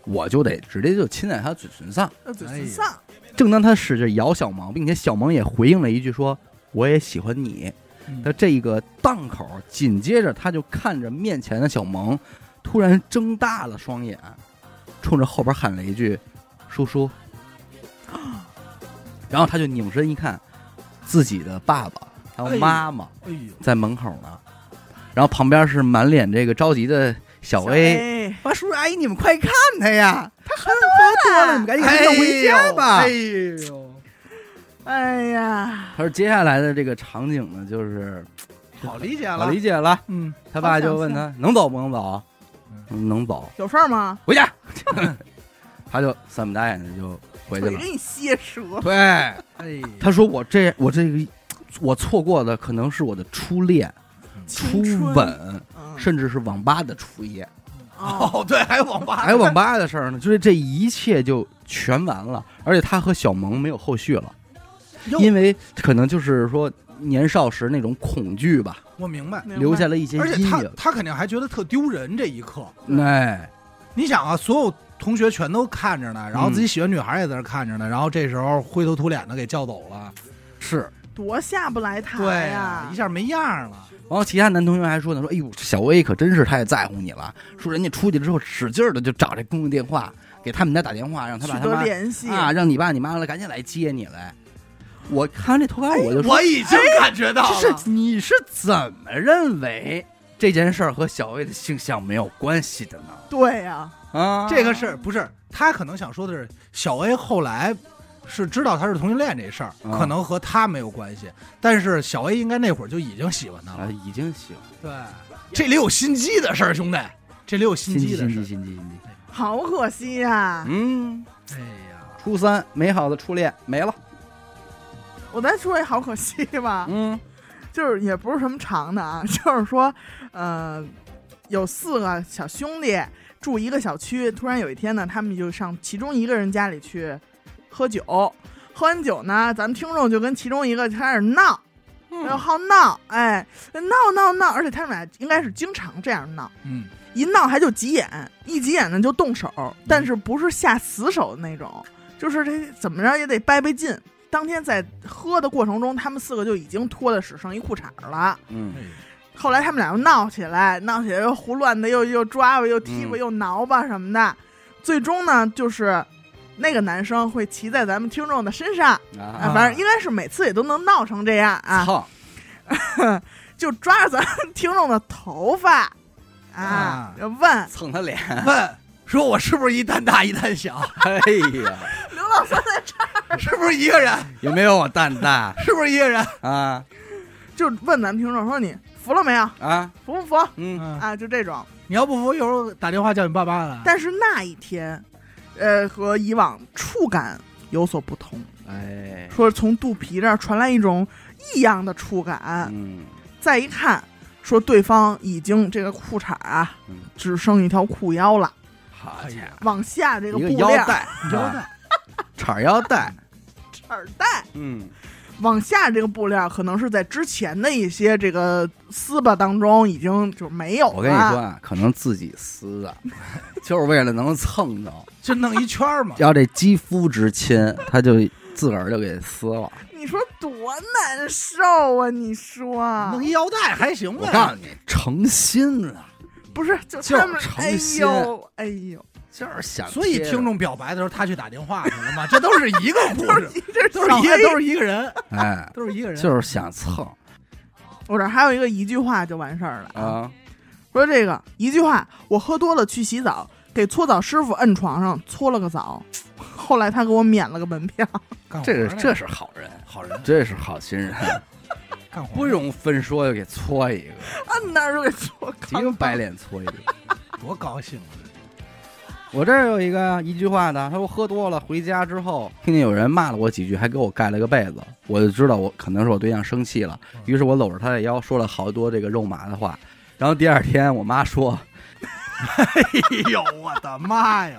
Speaker 1: 我就得直接就亲在他嘴唇上。
Speaker 2: 呃嘴
Speaker 3: 哎呀
Speaker 2: 唇上，
Speaker 1: 正当他使劲摇小萌，并且小萌也回应了一句说：“我也喜欢你。”
Speaker 3: 嗯
Speaker 1: 的这个档口，紧接着他就看着面前的小萌，突然睁大了双眼，冲着后边喊了一句：“叔叔。”然后他就拧身一看，自己的爸爸还有妈妈
Speaker 3: 哎呦，
Speaker 1: 在门口呢，然后旁边是满脸这个着急的小 A。
Speaker 2: A，
Speaker 1: 啊，叔叔阿姨，你们快看他呀！他喝多了，你们赶紧
Speaker 3: 哎
Speaker 1: 送
Speaker 3: 呦
Speaker 1: 他回家吧。
Speaker 3: 哎呦，
Speaker 2: 哎呀，
Speaker 1: 他说接下来的这个场景呢，就是
Speaker 3: 好理解
Speaker 1: 我
Speaker 3: 了
Speaker 1: 理，解了，
Speaker 3: 嗯，
Speaker 1: 他爸就问他能走不能走，嗯能走
Speaker 2: 有事儿吗？
Speaker 1: 回家，他就三不眨眼的就回去
Speaker 2: 腿
Speaker 1: 了。
Speaker 2: 给你歇折，
Speaker 1: 对，
Speaker 3: 哎，
Speaker 1: 他说我这我这个我错过的可能是我的初恋、初
Speaker 2: 青春，
Speaker 1: 吻，
Speaker 2: 嗯
Speaker 1: 甚至是网吧的初夜，
Speaker 2: 哦，
Speaker 3: 哦，对，还有网吧，
Speaker 1: 还有网吧的事儿呢，就是这一切就全完了，而且他和小萌没有后续了，
Speaker 3: 哟
Speaker 1: 因为可能就是说年少时那种恐惧吧，
Speaker 3: 我明白。
Speaker 2: 明白
Speaker 1: 留下了一些
Speaker 3: 而且
Speaker 1: 阴
Speaker 3: 他
Speaker 1: 影。
Speaker 3: 他肯定还觉得特丢人这一刻，
Speaker 1: 哎，
Speaker 3: 你想啊，所有同学全都看着呢，然后自己喜欢女孩也在那看着呢，然后这时候灰头土脸的给叫走了，
Speaker 1: 是。
Speaker 2: 多下不来台
Speaker 3: 对
Speaker 2: 哎
Speaker 3: 啊
Speaker 2: 呀
Speaker 3: 一，下没样儿了，
Speaker 1: 然后其他男同学还说呢，说哎呦，这小 A 可真是太在乎你了，说人家出去之后使劲的就找这公用电话给他们家打电话，让他
Speaker 2: 取
Speaker 1: 爸他
Speaker 2: 得
Speaker 1: 妈
Speaker 2: 联系
Speaker 1: 啊，让你爸你妈来赶紧来接你来。我看这投
Speaker 2: 哎
Speaker 1: 稿我就说，哎
Speaker 3: 我已经感觉到了，
Speaker 1: 这是你是怎么认为这件事儿和小 A 的性向没有关系的呢？
Speaker 2: 对呀，
Speaker 1: 啊，
Speaker 3: 这个事儿不是他可能想说的是，小 A 后来是知道他是同性恋这事儿，
Speaker 1: 啊
Speaker 3: 可能和他没有关系，但是小 A 应该那会儿就已经喜欢他
Speaker 1: 啊
Speaker 3: 了。
Speaker 1: 已经行，
Speaker 3: 对，这里有心机的事儿，兄弟，这里有心
Speaker 1: 心
Speaker 3: 机
Speaker 1: 机
Speaker 3: 的
Speaker 1: 心
Speaker 3: 事
Speaker 1: 机
Speaker 3: 儿。
Speaker 1: 心机心机，
Speaker 2: 好可惜呀。
Speaker 1: 嗯，
Speaker 3: 哎呀，
Speaker 1: 初三美好的初恋没了，
Speaker 2: 我再说一好可惜吧，
Speaker 1: 嗯
Speaker 2: 就是也不是什么长的啊， 就是说，呃，有四个小兄弟住一个小区，突然有一天呢，他们就上其中一个人家里去喝酒，喝完酒呢，咱们听众就跟其中一个开始闹，然后好闹，哎，闹闹闹，而且他们俩应该是经常这样闹。
Speaker 3: 嗯，
Speaker 2: 一闹还就急眼，一急眼呢就动手，
Speaker 1: 嗯
Speaker 2: 但是不是下死手的那种，就是这怎么着也得掰掰劲。当天在喝的过程中，他们四个就已经脱的只剩一裤衩了。
Speaker 1: 嗯
Speaker 3: 哎，
Speaker 2: 后来他们俩又闹起来，闹起来又胡乱的又又抓吧，又踢吧，
Speaker 1: 嗯
Speaker 2: 又挠吧什么的。最终呢，就是那个男生会骑在咱们听众的身上，
Speaker 1: 啊
Speaker 2: 啊，反正应该是每次也都能闹成这样啊，
Speaker 1: 操，
Speaker 2: 就抓着咱们听众的头发啊
Speaker 3: 啊，
Speaker 2: 就问
Speaker 1: 蹭他脸，
Speaker 3: 问说我是不是一蛋大一蛋 小，
Speaker 1: 哎呀，
Speaker 2: 刘老三在
Speaker 3: 是不是一个人，
Speaker 1: 有没有我蛋蛋
Speaker 3: 是不是一个人？
Speaker 1: 啊
Speaker 2: 就问咱们听众说你服了没有，
Speaker 1: 啊
Speaker 2: 服不服
Speaker 1: 嗯
Speaker 3: 嗯，
Speaker 2: 啊？就这种。
Speaker 3: 你要不服，一会儿我打电话叫你爸妈来。
Speaker 2: 但是那一天，呃，和以往触感有所不同，
Speaker 1: 哎
Speaker 2: 说从肚皮这儿传来一种异样的触感。
Speaker 1: 嗯
Speaker 2: 再一看，说对方已经这个裤衩啊
Speaker 1: 嗯，
Speaker 2: 只剩一条裤腰了，
Speaker 3: 哎
Speaker 1: 好家伙，
Speaker 2: 往下这
Speaker 1: 一
Speaker 2: 个
Speaker 1: 哎个
Speaker 2: 布
Speaker 1: 腰
Speaker 2: 料
Speaker 1: 带啊
Speaker 3: 腰带，
Speaker 1: 叉腰带，
Speaker 2: 耳带。
Speaker 1: 嗯
Speaker 2: 往下这个布料可能是在之前的一些这个撕吧当中已经就没有了。
Speaker 1: 我跟你说，啊，可能自己撕 的，就是为了能蹭着，
Speaker 3: 就弄一圈儿嘛。
Speaker 1: 要这肌肤之亲，他就自个儿就给撕了。
Speaker 2: 你说多难受啊！你说
Speaker 3: 弄一腰带还行
Speaker 1: 我告诉
Speaker 3: 呗，
Speaker 1: 你，诚心啊，
Speaker 2: 不是，就
Speaker 1: 就是
Speaker 2: 他们，哎
Speaker 1: 诚心
Speaker 2: 呦，哎呦，
Speaker 1: 就是想。
Speaker 3: 所以听，众表白的时候，他去打电话去了嘛，这都是一个故 事，
Speaker 2: 这
Speaker 3: 都是一个，都是一个人，
Speaker 1: 哎，
Speaker 3: 都是一个人。
Speaker 1: 就是想蹭
Speaker 2: 我这儿还有一个一句话就完事儿了。
Speaker 1: 啊，
Speaker 2: 说这个一句话，我喝多了去洗澡，给搓澡师傅摁床上搓了个澡，后来他给我免了个门票。
Speaker 3: 干活
Speaker 1: 啊这
Speaker 3: 儿
Speaker 1: 是
Speaker 3: 呢
Speaker 1: 这是好人，
Speaker 3: 好人
Speaker 1: 这是好心人，
Speaker 3: 干活儿呢
Speaker 1: 不容分说就给搓一个，
Speaker 2: 摁那儿就给搓
Speaker 1: 急用白脸搓一个。
Speaker 3: 多高兴啊！
Speaker 1: 我这儿有一个一句话的，他说喝多了回家之后，听见有人骂了我几句，还给我盖了个被子，我就知道我可能是我对象生气了。于是我搂着他的腰说了好多这个肉麻的话，然后第二天我妈说
Speaker 3: 哎呦，我的妈 哟！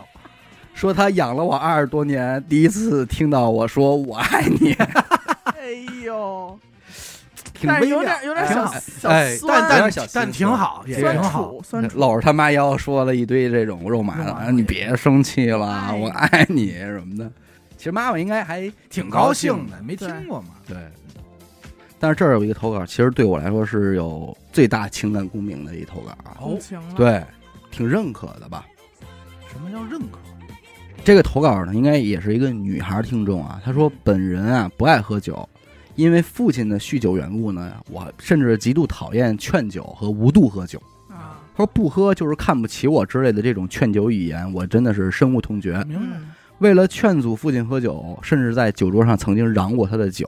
Speaker 1: 说她养了我二十多年，第一次听到我说我爱你，
Speaker 2: 哎呦，
Speaker 1: 挺
Speaker 2: 但是
Speaker 1: 微
Speaker 2: 有
Speaker 1: 妙，
Speaker 2: 点有点
Speaker 1: 哎
Speaker 2: 小
Speaker 3: 挺好
Speaker 2: 小
Speaker 1: 哎
Speaker 2: 酸，
Speaker 1: 有
Speaker 3: 但
Speaker 1: 点小
Speaker 3: 但
Speaker 1: 心
Speaker 3: 但挺好，也
Speaker 2: 酸
Speaker 3: 挺好。
Speaker 2: 楚酸楚。
Speaker 1: 搂着他妈腰说了一堆这种肉麻的，
Speaker 3: 肉麻
Speaker 1: 啊你别生气了，
Speaker 2: 哎
Speaker 1: 我爱你什么的。其实妈妈应该还
Speaker 3: 挺
Speaker 1: 高
Speaker 3: 高
Speaker 1: 兴
Speaker 3: 兴的，没听过嘛？
Speaker 1: 对。但是这儿有一个投稿，其实对我来说是有最大情感共鸣的一投稿啊，
Speaker 3: 哦
Speaker 2: 同，情了，
Speaker 1: 对，挺认可的吧。
Speaker 3: 什么叫认可？
Speaker 1: 这个投稿呢，应该也是一个女孩听众啊。她说本人啊不爱喝酒，因为父亲的酗酒缘故呢，我甚至极度讨厌劝酒和无度喝酒。
Speaker 2: 啊，
Speaker 1: 她说不喝就是看不起我之类的这种劝酒语言，我真的是深恶痛绝。
Speaker 3: 明白？
Speaker 2: 嗯，
Speaker 1: 为了劝阻父亲喝酒，甚至在酒桌上曾经嚷过他的酒，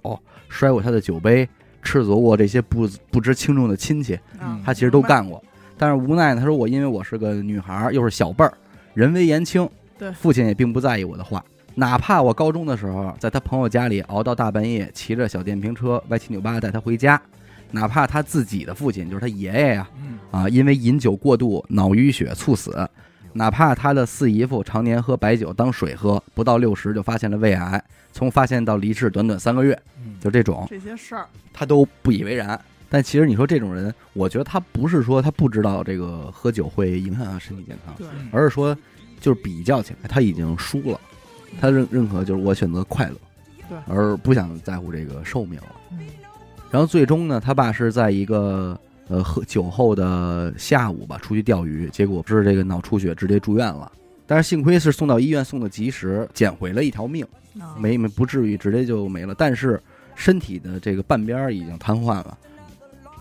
Speaker 1: 摔过他的酒杯，斥责过这些不不知轻重的亲戚，
Speaker 3: 嗯
Speaker 2: 啊
Speaker 1: 他其实都，干过。但是无奈呢，他说我因为我是个女孩儿，又是小辈儿，人微言轻，
Speaker 2: 对
Speaker 1: 父亲也并不在意我的话。哪怕我高中的时候，在他朋友家里熬到大半夜，骑着小电瓶车歪七扭八带他回家，哪怕他自己的父亲就是他爷爷呀、
Speaker 3: 嗯，
Speaker 1: 啊，因为饮酒过度脑淤血猝死，哪怕他的四姨夫常年喝白酒当水喝，不到六十就发现了胃癌，从发现到离世短短三个月，
Speaker 3: 嗯
Speaker 1: 就这种
Speaker 2: 这些事儿，
Speaker 1: 他都不以为然。但其实你说这种人，我觉得他不是说他不知道这个喝酒会影响他身体健康，
Speaker 2: 对，
Speaker 3: 嗯
Speaker 1: 而是说就是比较起来他已经输了，他认认可就是我选择快乐
Speaker 2: 对，
Speaker 1: 而不想在乎这个寿命了。
Speaker 2: 嗯
Speaker 1: 然后最终呢，他爸是在一个呃喝酒后的下午吧，出去钓鱼，结果是这个脑出血，直接住院了。但是幸亏是送到医院送的及时，捡回了一条命，
Speaker 2: 啊
Speaker 1: 没没不至于直接就没了。但是身体的这个半边儿已经瘫痪了，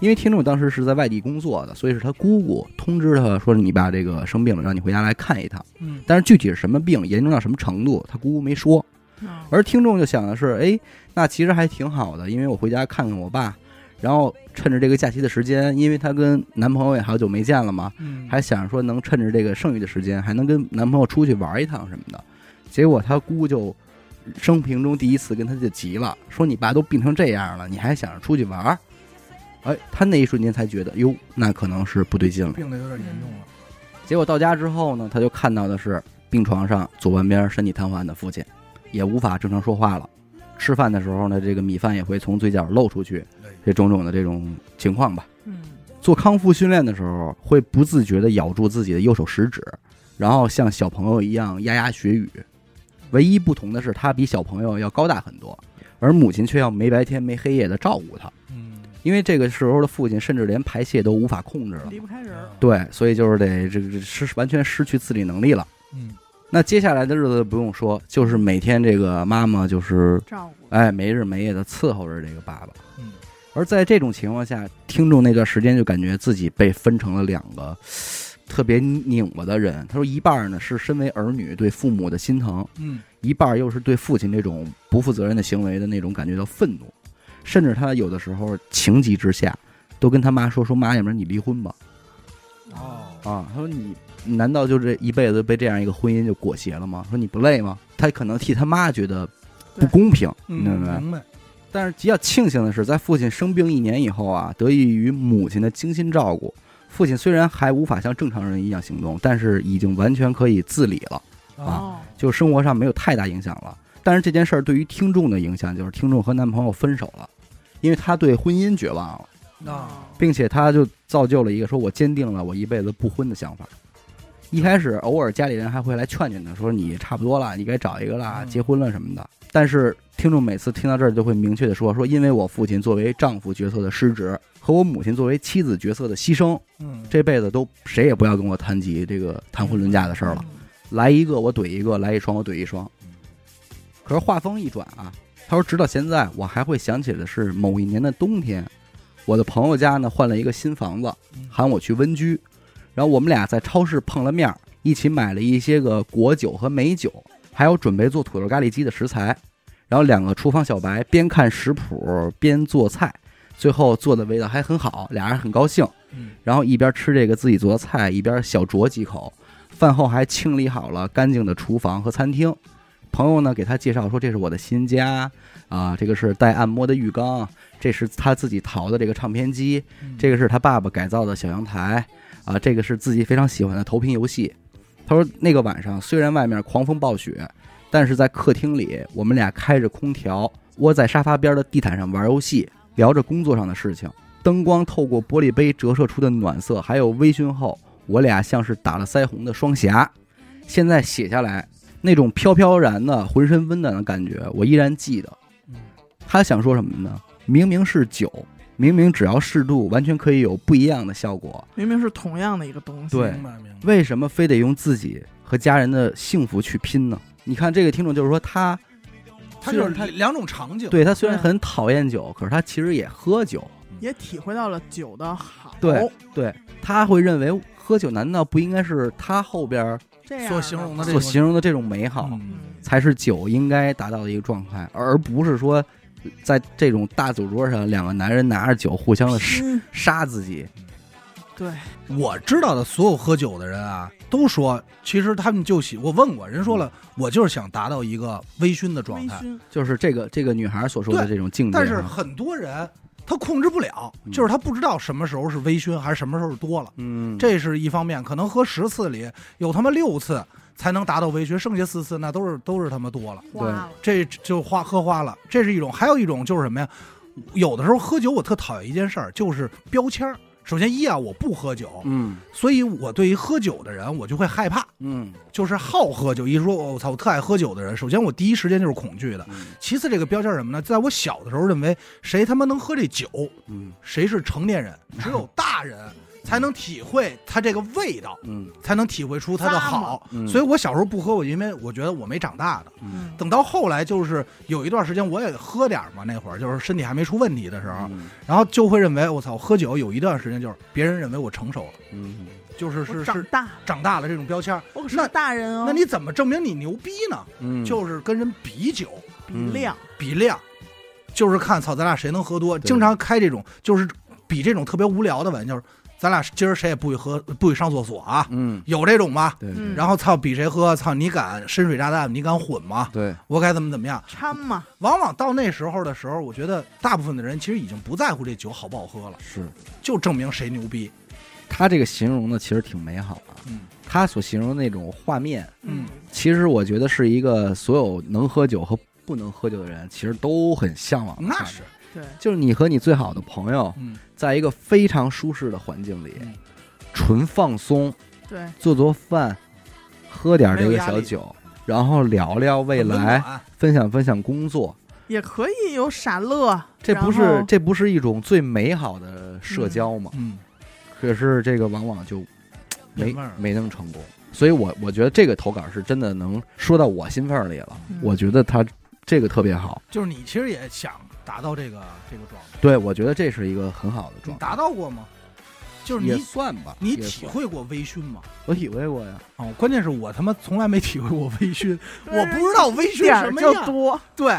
Speaker 1: 因为听众当时是在外地工作的，所以是他姑姑通知他说你爸这个生病了，让你回家来看一趟。
Speaker 3: 嗯，
Speaker 1: 但是具体是什么病，严重到什么程度，他姑姑没说。
Speaker 2: 啊
Speaker 1: 而听众就想的是，哎，那其实还挺好的，因为我回家看看我爸，然后趁着这个假期的时间，因为她跟男朋友也好久没见了嘛，
Speaker 3: 嗯
Speaker 1: 还想着说能趁着这个剩余的时间，还能跟男朋友出去玩一趟什么的。结果她姑就生平中第一次跟她就急了，说你爸都病成这样了，你还想着出去玩儿？哎，她那一瞬间才觉得，哟，那可能是不对劲了。
Speaker 3: 病的有点严重了。
Speaker 1: 结果到家之后呢，他就看到的是病床上左半边身体瘫痪的父亲，也无法正常说话了。吃饭的时候呢，这个米饭也会从嘴角漏出去，这种种的这种情况吧。
Speaker 2: 嗯，
Speaker 1: 做康复训练的时候，会不自觉地咬住自己的右手食指，然后像小朋友一样牙牙学语。唯一不同的是，他比小朋友要高大很多，而母亲却要没白天没黑夜地照顾他，
Speaker 3: 嗯，
Speaker 1: 因为这个时候的父亲甚至连排泄都无法控制了。
Speaker 2: 离不开人儿，
Speaker 1: 对，所以就是得这个失完全失去自理能力了。
Speaker 3: 嗯，
Speaker 1: 那接下来的日子不用说，就是每天这个妈妈就是
Speaker 2: 照顾，啊
Speaker 1: 哎没日没夜的伺候着这个爸爸。
Speaker 3: 嗯，
Speaker 1: 而在这种情况下，听众那段时间就感觉自己被分成了两个 特别拧巴的人。他说，一半儿呢是身为儿女对父母的心疼，
Speaker 3: 嗯，
Speaker 1: 一半儿又是对父亲这种不负责任的行为的那种感觉到愤怒，甚至他有的时候情急之下都跟他妈说：“说妈，要不然你离婚吧。”
Speaker 3: 哦，
Speaker 1: 啊，他说你难道就这一辈子被这样一个婚姻就裹挟了吗？说你不累吗？他可能替他妈觉得不公平，你明白
Speaker 3: 嗯，
Speaker 1: 吗？
Speaker 3: 明白。
Speaker 1: 但是比较庆幸的是，在父亲生病一年以后啊，得益于母亲的精心照顾，父亲虽然还无法像正常人一样行动，但是已经完全可以自理了，
Speaker 3: 啊
Speaker 2: 哦，
Speaker 1: 就生活上没有太大影响了。但是这件事儿对于听众的影响就是，听众和男朋友分手了，因为她对婚姻绝望了。
Speaker 3: 啊，
Speaker 1: 并且他就造就了一个说我坚定了我一辈子不婚的想法。一开始偶尔家里人还会来劝劝他，说你差不多了，你该找一个啦，
Speaker 3: 嗯
Speaker 1: 结婚了什么的。但是听众每次听到这儿就会明确的说，说因为我父亲作为丈夫角色的失职和我母亲作为妻子角色的牺牲，
Speaker 3: 嗯，
Speaker 1: 这辈子都谁也不要跟我谈及这个谈婚论嫁的事儿了。
Speaker 2: 嗯
Speaker 1: 来一个我怼一个，来一双我怼一双。可是话锋一转啊，他说直到现在我还会想起的是某一年的冬天，我的朋友家呢换了一个新房子，
Speaker 3: 嗯
Speaker 1: 喊我去温居，然后我们俩在超市碰了面儿，一起买了一些个果酒和美酒，还有准备做土豆咖喱鸡的食材，然后两个厨房小白边看食谱边做菜，最后做的味道还很好，俩人很高兴。
Speaker 3: 嗯
Speaker 1: 然后一边吃这个自己做的菜，一边小酌几口。饭后还清理好了干净的厨房和餐厅。朋友呢给他介绍说这是我的新家，啊，这个是带按摩的浴缸，这是他自己淘的这个唱片机，这
Speaker 3: 个
Speaker 1: 个是他爸爸改造的小阳台，啊，这个是自己非常喜欢的投屏游戏。他说那个晚上虽然外面狂风暴雪，但是在客厅里我们俩开着空调，窝在沙发边的地毯上玩游戏，聊着工作上的事情。灯光透过玻璃杯折射出的暖色，还有微醺后，我俩像是打了腮红的双颊。现在写下来，那种飘飘然的、浑身温暖的感觉，我依然记得。他想说什么呢？明明是酒，明明只要适度，完全可以有不一样的效果。
Speaker 2: 明明是同样的一个东西，
Speaker 1: 对
Speaker 3: 明白明白，
Speaker 1: 为什么非得用自己和家人的幸福去拼呢？ 你看这个听众就是说他，
Speaker 3: 他
Speaker 1: 虽
Speaker 3: 就
Speaker 1: 然
Speaker 3: 是
Speaker 1: 他
Speaker 3: 两种场景，
Speaker 1: 对他虽然
Speaker 2: 对
Speaker 1: 很讨厌酒，可是他其实也喝酒，
Speaker 2: 也体会到了酒的好。
Speaker 3: 哦
Speaker 1: 对他会认为喝酒难道不应该是他后边
Speaker 2: 这样的
Speaker 3: 所形容的这
Speaker 1: 所形容的这种美好，
Speaker 3: 嗯
Speaker 1: 才是酒应该达到的一个状态，而不是说在这种大酒桌上两个男人拿着酒互相的杀
Speaker 2: 嗯
Speaker 1: 杀自己。
Speaker 2: 对，
Speaker 3: 我知道的所有喝酒的人啊，都说其实他们就喜，我问过人说了，
Speaker 1: 嗯
Speaker 3: 我就是想达到一个微醺的状
Speaker 2: 微
Speaker 3: 态，
Speaker 2: 醺，
Speaker 1: 就是这个这个女孩所说的这
Speaker 3: 对
Speaker 1: 种境界啊，
Speaker 3: 但是很多人他控制不了，
Speaker 1: 嗯
Speaker 3: 就是他不知道什么时候是微醺还是什么时候是多了，
Speaker 1: 嗯，
Speaker 3: 这是一方面，可能喝十次里有他妈六次才能达到微醺，剩下四次那都是都是他妈多了，
Speaker 2: 花了，
Speaker 3: 这就花喝花了，这是一种，还有一种就是什么呀？有的时候喝酒我特讨厌一件事儿，就是标签儿。首先一啊，我不喝酒，
Speaker 1: 嗯
Speaker 3: 所以我对于喝酒的人我就会害怕。
Speaker 1: 嗯
Speaker 3: 就是好喝酒，一说哦我操，我特爱喝酒的人，首先我第一时间就是恐惧的。
Speaker 1: 嗯
Speaker 3: 其次，这个标签是什么呢？在我小的时候认为，谁他妈能喝这酒，
Speaker 1: 嗯
Speaker 3: 谁是成年人，只有大人才能体会它这个味道，
Speaker 1: 嗯
Speaker 3: 才能体会出它的好。
Speaker 1: 嗯
Speaker 3: 所以我小时候不喝，我因为我觉得我没长大的。
Speaker 1: 嗯
Speaker 3: 等到后来，就是有一段时间我也喝点儿嘛，那会儿就是身体还没出问题的时候，
Speaker 1: 嗯
Speaker 3: 然后就会认为我操，我喝酒有一段时间就是别人认为我成熟了，
Speaker 1: 嗯
Speaker 3: 就是
Speaker 2: 我
Speaker 3: 是
Speaker 2: 长
Speaker 3: 是
Speaker 2: 大了，
Speaker 3: 长大了这种标签儿。
Speaker 2: 我可是
Speaker 3: 那
Speaker 2: 个大人哦。
Speaker 3: 那你怎么证明你牛逼呢？
Speaker 1: 嗯，
Speaker 3: 就是跟人比酒、嗯
Speaker 2: 比量，
Speaker 3: 比量，就是看操咱俩谁能喝多。
Speaker 1: 对
Speaker 3: 经常开这种就是比这种特别无聊的玩笑，咱俩今儿谁也不许喝，不许上厕所啊，
Speaker 1: 嗯
Speaker 3: 有这种吗？
Speaker 1: 对
Speaker 2: 嗯
Speaker 1: 对
Speaker 3: 然后操比谁喝，操你敢深水炸弹，你敢混吗？
Speaker 1: 对，
Speaker 3: 我该怎么怎么样？
Speaker 2: 掺嘛，
Speaker 3: 往往到那时候的时候，我觉得大部分的人其实已经不在乎这酒好不好喝了，
Speaker 1: 是
Speaker 3: 就证明谁牛逼。
Speaker 1: 他这个形容的其实挺美好的，
Speaker 3: 嗯
Speaker 1: 他所形容的那种画面，
Speaker 3: 嗯，
Speaker 1: 其实我觉得是一个所有能喝酒和不能喝酒的人其实都很向
Speaker 2: 哦
Speaker 1: 往的
Speaker 3: 那
Speaker 1: 画面
Speaker 3: 是，
Speaker 2: 对，
Speaker 1: 就是你和你最好的朋友，
Speaker 3: 嗯
Speaker 1: 在一个非常舒适的环境里
Speaker 3: 嗯，
Speaker 1: 纯放松，
Speaker 2: 对，
Speaker 1: 做做饭，喝点这
Speaker 3: 没
Speaker 1: 个
Speaker 3: 有压
Speaker 1: 小
Speaker 3: 力
Speaker 1: 酒，然后聊聊未
Speaker 3: 很温
Speaker 1: 来，
Speaker 3: 暖啊
Speaker 1: 分享分享工作，
Speaker 2: 也可以有傻乐，
Speaker 1: 这不
Speaker 2: 然
Speaker 1: 是
Speaker 2: 后
Speaker 1: 这不是一种最美好的社交吗？
Speaker 3: 嗯，
Speaker 1: 可是这个往往就没
Speaker 3: 没味儿
Speaker 1: 没能成功，所以我我觉得这个投稿是真的能说到我心缝儿里了。
Speaker 2: 嗯
Speaker 1: 我觉得他这个特别好，
Speaker 3: 就是你其实也想达到这个这个状态。
Speaker 1: 对我觉得这是一个很好的
Speaker 3: 你
Speaker 1: 状态，
Speaker 3: 达到过吗？嗯就是
Speaker 1: 也
Speaker 3: 你
Speaker 1: 算吧。
Speaker 3: 你
Speaker 1: 也
Speaker 3: 体
Speaker 1: 算
Speaker 3: 会过微醺吗？
Speaker 1: 我体会过呀，
Speaker 3: 哦，关键是我他妈从来没体会过微醺，我
Speaker 2: 但是
Speaker 3: 不知道微醺
Speaker 2: 点
Speaker 3: 什
Speaker 2: 儿
Speaker 3: 么
Speaker 2: 就
Speaker 3: 样。
Speaker 2: 多，
Speaker 3: 对，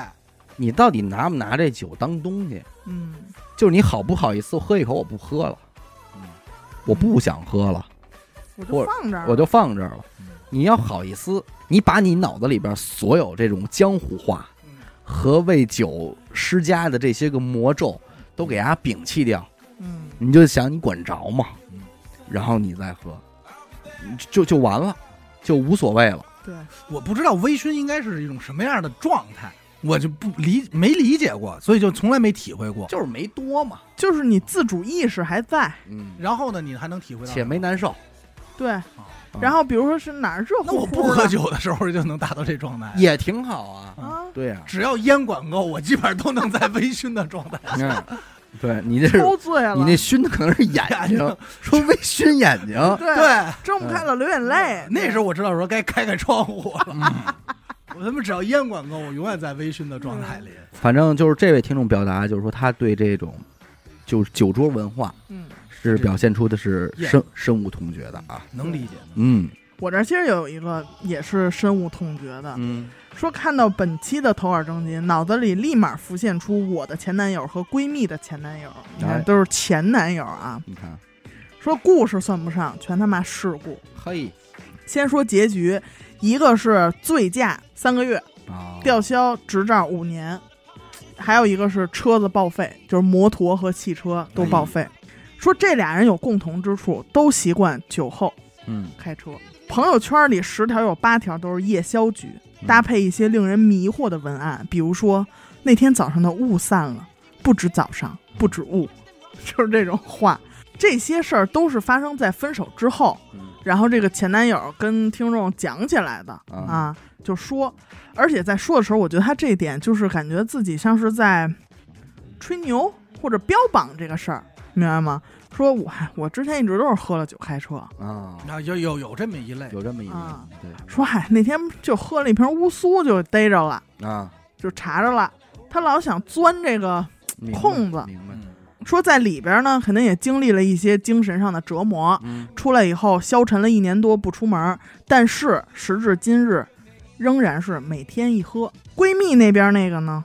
Speaker 1: 你到底拿不拿这酒当东西？
Speaker 2: 嗯，
Speaker 1: 就是你好不好意思喝一口，我不喝了，我不想喝了，我
Speaker 2: 我就放这儿了，
Speaker 1: 我就放这儿了
Speaker 3: 嗯。
Speaker 1: 你要好意思，你把你脑子里边所有这种江湖话和为酒施加的这些个魔咒都给它摒弃掉，
Speaker 2: 嗯，
Speaker 1: 你就想你管着吗
Speaker 3: 嗯？
Speaker 1: 然后你再喝，就就完了，就无所谓了。
Speaker 2: 对，
Speaker 3: 我不知道微醺应该是一种什么样的状态，我就不理没理解过，所以就从来没体会过。
Speaker 1: 就是没多嘛，
Speaker 2: 就是你自主意识还在，
Speaker 1: 嗯，
Speaker 3: 然后呢，你还能体会到
Speaker 1: 且没难受。
Speaker 2: 对。然后比如说是哪儿热乎乎
Speaker 3: 啊那我不
Speaker 2: 的
Speaker 1: 啊
Speaker 3: 喝酒的时候就能达到这状态，
Speaker 1: 也挺好啊，
Speaker 2: 啊，
Speaker 1: 对呀、
Speaker 3: 只要烟管够，我基本上都能在微醺的状态。
Speaker 1: 嗯，对你这是
Speaker 2: 抽醉了，
Speaker 1: 你那熏的可能是眼睛， 说微熏眼 睛，
Speaker 2: 对
Speaker 3: 对，
Speaker 2: 睁不开了流眼泪，
Speaker 3: 那时候我知道说该开开窗户了。
Speaker 1: 嗯
Speaker 3: 我他妈只要烟管够，我永远在微醺的状态里。
Speaker 1: 反正就是这位听众表达，就是说他对这种就是酒桌文化
Speaker 2: 嗯，
Speaker 1: 是表现出的是
Speaker 3: 厌恶
Speaker 1: 深深恶痛绝的啊，
Speaker 3: 能理解。
Speaker 1: 嗯
Speaker 2: 我这儿其实有一个也是深恶痛绝的，
Speaker 1: 嗯
Speaker 2: 说看到本期的投稿征集，脑子里立马浮现出我的前男友和闺蜜的前男友，你
Speaker 1: 哎
Speaker 2: 看都是前男友啊。
Speaker 1: 你看，
Speaker 2: 说故事算不上，全他妈事故。
Speaker 1: 嘿
Speaker 2: 先说结局，一个是醉驾三个月，
Speaker 1: 啊，
Speaker 2: 吊销执照五年，还有一个是车子报废，就是摩托和汽车都报废。说这俩人有共同之处，都习惯酒后
Speaker 1: 嗯，
Speaker 2: 开车。朋友圈里十条有八条都是夜宵局，
Speaker 1: 嗯
Speaker 2: 搭配一些令人迷惑的文案，比如说那天早上的雾散了，不止早上，不止雾， 就是这种话。这些事儿都是发生在分手之后，
Speaker 1: 嗯
Speaker 2: 然后这个前男友跟听众讲起来的
Speaker 1: 啊
Speaker 2: 啊，就说，而且在说的时候，我觉得他这一点就是感觉自己像是在吹牛或者标榜这个事儿，明白吗？说我哎我之前一直都是喝了酒开车，
Speaker 1: 啊，
Speaker 3: 啊，有有有这么一类，
Speaker 1: 有这么一个
Speaker 2: 啊
Speaker 1: 对
Speaker 2: 说嗨那天就喝了一瓶乌苏就逮着了，
Speaker 1: 啊，
Speaker 2: 就查着了。他老想钻这个，
Speaker 1: 明白
Speaker 2: 空子
Speaker 1: 明白，
Speaker 3: 嗯
Speaker 2: 说在里边呢，肯定也经历了一些精神上的折磨，
Speaker 1: 嗯
Speaker 2: 出来以后消沉了一年多不出门儿，但是时至今日，仍然是每天一喝。闺蜜那边那个呢，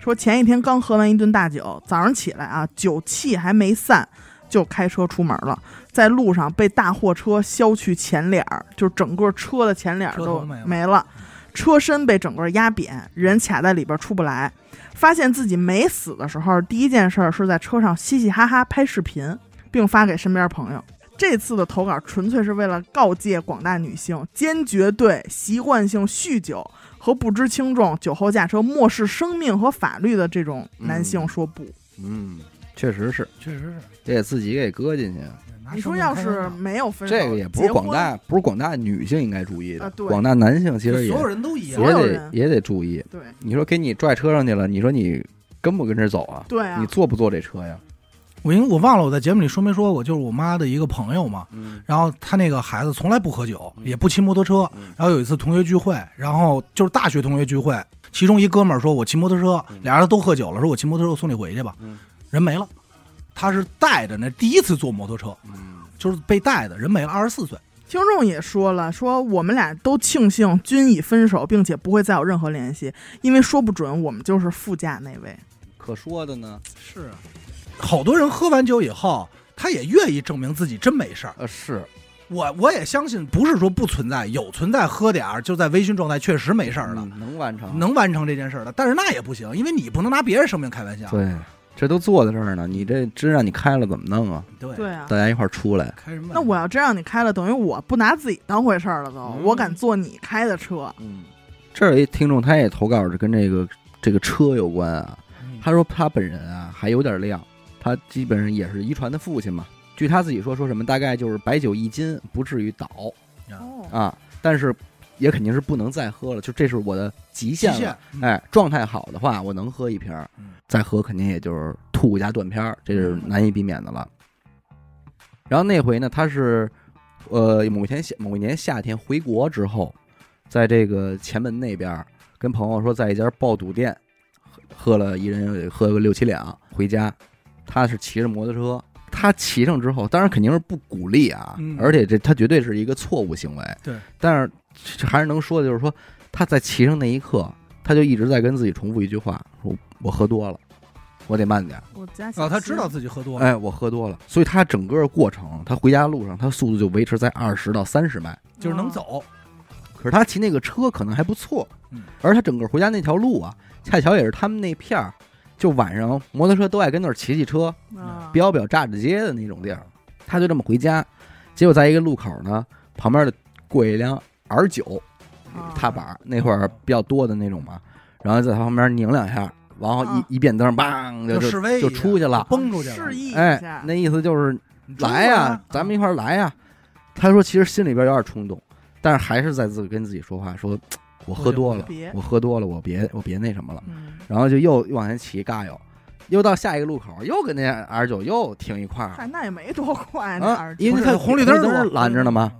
Speaker 2: 说前一天刚喝完一顿大酒，早上起来啊，酒气还没散，就开车出门了，在路上被大货车削去前脸儿，就整个车的前脸儿
Speaker 3: 车
Speaker 2: 都
Speaker 3: 头没了
Speaker 2: 没了。车身被整个压扁，人卡在里边儿出不来。发现自己没死的时候，第一件事儿是在车上嘻嘻哈哈拍视频，并发给身边朋友。这次的投稿纯粹是为了告诫广大女性，坚决对习惯性酗酒和不知轻重、酒后驾车、漠视生命和法律的这种男性说不。
Speaker 1: 嗯，确实是，
Speaker 3: 确实是。
Speaker 1: 这也自己给搁进去，
Speaker 3: 拿
Speaker 2: 你
Speaker 3: 生
Speaker 2: 说
Speaker 3: 命
Speaker 2: 要
Speaker 3: 开
Speaker 2: 是
Speaker 3: 玩笑
Speaker 2: 没有分手，
Speaker 1: 这个也不是
Speaker 2: 结
Speaker 1: 广
Speaker 2: 婚
Speaker 1: 大，不是广大女性应该注意的，
Speaker 2: 啊对
Speaker 1: 广大男性其
Speaker 3: 就
Speaker 1: 实也
Speaker 3: 所有人都一样
Speaker 2: 所
Speaker 1: 也
Speaker 2: 有
Speaker 1: 得
Speaker 2: 人
Speaker 1: 也得注意。
Speaker 2: 对
Speaker 1: 你说给你拽车上去了，你说你跟不跟这走啊？
Speaker 2: 对啊
Speaker 1: 你，坐不坐这车呀？
Speaker 3: 我因为我忘了我在节目里说没说过，就是我妈的一个朋友嘛，
Speaker 1: 嗯
Speaker 3: 然后她那个孩子从来不喝酒，
Speaker 1: 嗯
Speaker 3: 也不骑摩托车
Speaker 1: 嗯。
Speaker 3: 然后有一次同学聚会，然后就是大学同学聚会，其中一哥们儿说我骑摩托车
Speaker 1: 嗯，
Speaker 3: 俩人都喝酒了，说我骑摩托车我送你回去吧
Speaker 1: 嗯，
Speaker 3: 人没了。他是带着那第一次坐摩托车，
Speaker 1: 嗯
Speaker 3: 就是被带的，人没了，二十四岁。
Speaker 2: 听众也说了，说我们俩都庆幸均已分手，并且不会再有任何联系，因为说不准我们就是副驾那位。
Speaker 1: 可说的呢？
Speaker 3: 是啊，好多人喝完酒以后，他也愿意证明自己真没事儿。
Speaker 1: 呃，是
Speaker 3: 我我也相信，不是说不存在，有存在喝点儿就在微醺状态，确实没事儿了，
Speaker 1: 嗯能完成。
Speaker 3: 能完成这件事儿的。但是那也不行，因为你不能拿别人生命开玩笑。
Speaker 1: 对，这都坐在这儿呢，你这真让你开了怎么弄啊？
Speaker 3: 对
Speaker 2: 对啊
Speaker 1: 大，家一块儿出来，
Speaker 3: 开什么玩笑？
Speaker 2: 那我要真让你开了，等于我不拿自己当回事儿了都，
Speaker 1: 嗯
Speaker 2: 我敢坐你开的车。
Speaker 1: 嗯，这儿有一听众，他也投稿是跟这个这个车有关啊。
Speaker 3: 嗯
Speaker 1: 他说他本人啊还有点亮，他基本上也是遗传的父亲嘛。据他自己说，说什么大概就是白酒一斤，不至于倒
Speaker 2: 哦，
Speaker 1: 啊，但是也肯定是不能再喝了，就这是我的极
Speaker 3: 极
Speaker 1: 限了。
Speaker 3: 限，嗯
Speaker 1: 哎，状态好的话，我能喝一瓶儿
Speaker 3: 嗯，
Speaker 1: 再喝肯定也就是吐加断片儿，这是难以避免的了。然后那回呢，他是呃某天夏某一年夏天回国之后，在这个前门那边儿跟朋友说，在一家爆肚店喝喝了一人喝个六七两回家，他是骑着摩托车。他骑上之后，当然肯定是不鼓励啊，
Speaker 3: 嗯
Speaker 1: 而且这他绝对是一个错误行为。
Speaker 3: 对，
Speaker 1: 但是这还是能说的，就是说他在骑上那一刻，他就一直在跟自己重复一句话：说我喝多了，我得慢点儿。
Speaker 2: 我家
Speaker 3: 啊，他知道自己喝多了，
Speaker 1: 哎，我喝多了，所以他整个过程，他回家路上，他速度就维持在二十到三十迈。
Speaker 3: 就是
Speaker 2: 哦
Speaker 3: 能走。
Speaker 1: 可是他骑那个车可能还不错
Speaker 3: 嗯，
Speaker 1: 而他整个回家那条路啊，恰巧也是他们那片儿，就晚上摩托车都爱跟那儿骑骑车，
Speaker 3: 嗯
Speaker 2: 啊，
Speaker 1: 飙飙炸着街的那种地儿。他就这么回家，结果在一个路口呢，旁边的过一辆 R 九，
Speaker 2: 啊
Speaker 1: 踏板儿那会儿比较多的那种嘛，然后在旁边拧两下，然后一、
Speaker 2: 啊
Speaker 1: 一变灯，梆
Speaker 3: 就示
Speaker 1: 就
Speaker 3: 威一
Speaker 1: 就
Speaker 3: 样
Speaker 1: 出去了。
Speaker 3: 崩出去了
Speaker 2: 示意一
Speaker 1: 哎
Speaker 2: 下，，
Speaker 1: 那意思就是
Speaker 3: 你知道吗
Speaker 1: 来呀，咱们一块儿来呀。啊他说其实心里边有点冲动，但是还是在自己跟自己说话，说我喝多了，
Speaker 2: 别，
Speaker 1: 我喝多了，我别我别那什么了。
Speaker 2: 嗯，
Speaker 1: 然后就又往前骑，嘎悠，又到下一个路口，又跟那 R 九又停一块儿
Speaker 2: 嗨，哎那也没多快，那
Speaker 1: 啊
Speaker 2: 耳，机
Speaker 1: 因为
Speaker 3: 不是
Speaker 1: 他
Speaker 3: 红绿灯儿多
Speaker 1: 拦着呢嘛。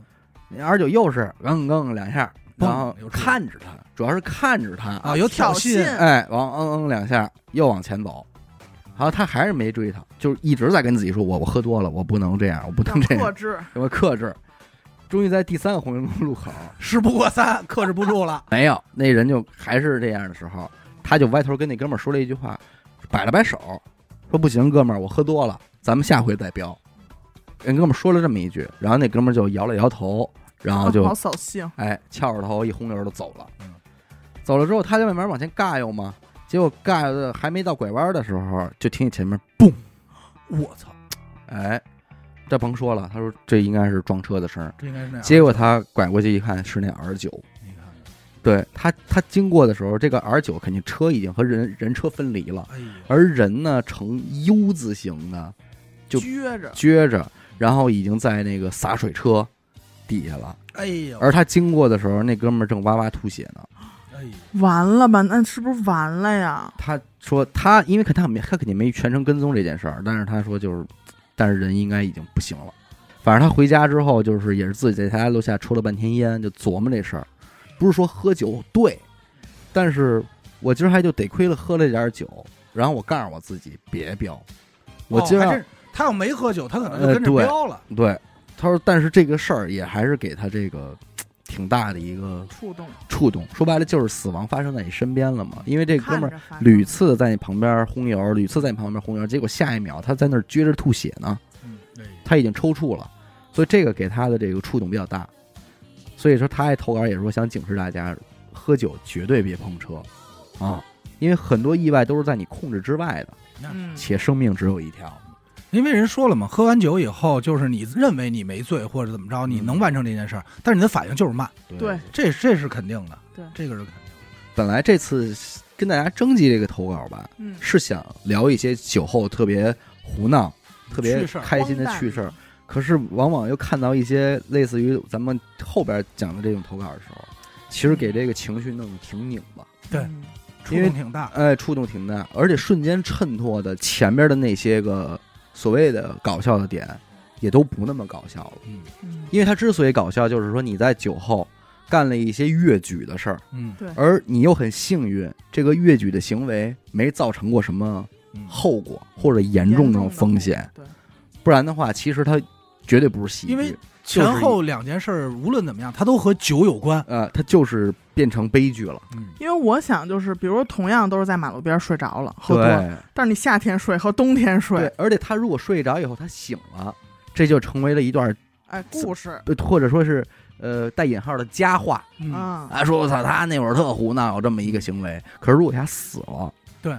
Speaker 1: 那 R 九又是嗯嗯两下，
Speaker 3: 嘣
Speaker 1: 然后
Speaker 3: 又出来
Speaker 1: 看着他，主要是看着他
Speaker 3: 啊，有挑
Speaker 2: 挑衅
Speaker 1: 哎，往嗯嗯两下又往前走，然后他还是没追他，就是一直在跟自己说：“我我喝多了，我不能这样，我不能这
Speaker 2: 要克
Speaker 1: 样，
Speaker 2: 制，
Speaker 1: 我克制。”终于在第三个红绿灯路口，。
Speaker 3: 事不过三，克制不住了
Speaker 1: 没有那人就还是这样的时候，他就歪头跟那哥们儿说了一句话，摆了摆手，说：“不行，哥们儿，我喝多了，咱们下回再飙。”人哥们儿说了这么一句，然后那哥们儿就摇了摇头，然后就
Speaker 2: 哦好扫兴，
Speaker 1: 哎，翘着头一红溜儿就走了
Speaker 3: 嗯。
Speaker 1: 走了之后，他就慢慢往前尬悠嘛，结果盖的还没到拐弯的时候，就听见前面嘣，
Speaker 3: 我操，
Speaker 1: 哎，这甭说了，他说这应该是撞车的声儿。
Speaker 3: 这应该是那样。
Speaker 1: 结果他拐过去一看，是那 R 九。
Speaker 3: 你看看，
Speaker 1: 对他，他经过的时候，这个 R 九肯定车已经和人人车分离了，
Speaker 3: 哎呦，
Speaker 1: 而人呢呈 U 字形的就
Speaker 2: 撅着，
Speaker 1: 撅着，然后已经在那个洒水车底下了。
Speaker 3: 哎呦，
Speaker 1: 而他经过的时候，那哥们儿正哇哇吐血呢。
Speaker 3: 哎呦，
Speaker 2: 完了吧？那是不是完了呀？
Speaker 1: 他说他因为看他没他肯定没全程跟踪这件事儿，但是他说就是，但是人应该已经不行了。反正他回家之后，就是也是自己在他家楼下抽了半天烟，就琢磨这事儿。不是说喝酒对，但是我今儿还就得亏了喝了点儿酒，然后我告诉我自己别飙，我
Speaker 3: 哦
Speaker 1: 今儿要、
Speaker 3: 还真是他要没喝酒，他可能就
Speaker 1: 呃
Speaker 3: 跟着
Speaker 1: 对
Speaker 3: 飙了。
Speaker 1: 对他说，但是这个事儿也还是给他这个挺大的一个
Speaker 2: 触动，
Speaker 1: 触动。说白了就是死亡发生在你身边了嘛，因为这哥们儿
Speaker 2: 看着发生
Speaker 1: 屡次在你旁边轰油，屡次在你旁边轰油，结果下一秒他在那儿撅着吐血呢，
Speaker 3: 嗯，哎呦
Speaker 1: 他已经抽搐了，所以这个给他的这个触动比较大。所以说他也投稿也说想警示大家，喝酒绝对别碰车啊，因为很多意外都是在你控制之外的，
Speaker 2: 嗯，
Speaker 1: 且生命只有一条。
Speaker 3: 因为人说了嘛，喝完酒以后，就是你认为你没醉或者怎么着，
Speaker 1: 嗯
Speaker 3: 你能完成这件事儿，但是你的反应就是慢，
Speaker 2: 对
Speaker 3: 这这是肯定的，
Speaker 2: 对
Speaker 3: 这个是肯
Speaker 1: 本来这次跟大家征集这个投稿吧，
Speaker 2: 嗯，
Speaker 1: 是想聊一些酒后特别胡闹、特别
Speaker 3: 趣事儿
Speaker 1: 开心的
Speaker 2: 荒诞嗯
Speaker 1: 趣事儿，可是往往又看到一些类似于咱们后边讲的这种投稿的时候，其实给这个情绪弄得挺拧巴，
Speaker 3: 对
Speaker 2: 嗯，
Speaker 3: 触
Speaker 1: 因为
Speaker 3: 动挺大。
Speaker 1: 哎，触动挺大，而且瞬间衬托的前边的那些个所谓的搞笑的点，也都不那么搞笑了。
Speaker 3: 嗯
Speaker 2: 嗯
Speaker 1: 因为他之所以搞笑，就是说你在酒后干了一些越矩的事儿，
Speaker 3: 嗯
Speaker 1: 而你又很幸运，这个越矩的行为没造成过什么
Speaker 3: 嗯，
Speaker 1: 后果或者严重的风险。，
Speaker 2: 对，
Speaker 1: 不然的话，其实它绝对不是喜剧，
Speaker 3: 因为
Speaker 1: 就是
Speaker 3: 前后两件事儿无论怎么样，它都和酒有关。
Speaker 1: 呃，它就是变成悲剧了。
Speaker 3: 嗯，
Speaker 2: 因为我想就是，比如说同样都是在马路边睡着了，喝多了，
Speaker 1: 对
Speaker 2: 但是你夏天睡和冬天
Speaker 1: 对
Speaker 2: 睡，，
Speaker 1: 而且他如果睡着以后他醒了，这就成为了一段
Speaker 2: 哎，故事
Speaker 1: 呃或者说是呃带引号的佳话
Speaker 3: 嗯，
Speaker 2: 啊，
Speaker 1: 啊，说我操他那会儿特胡闹，有这么一个行为。可是如果他死了，
Speaker 2: 对，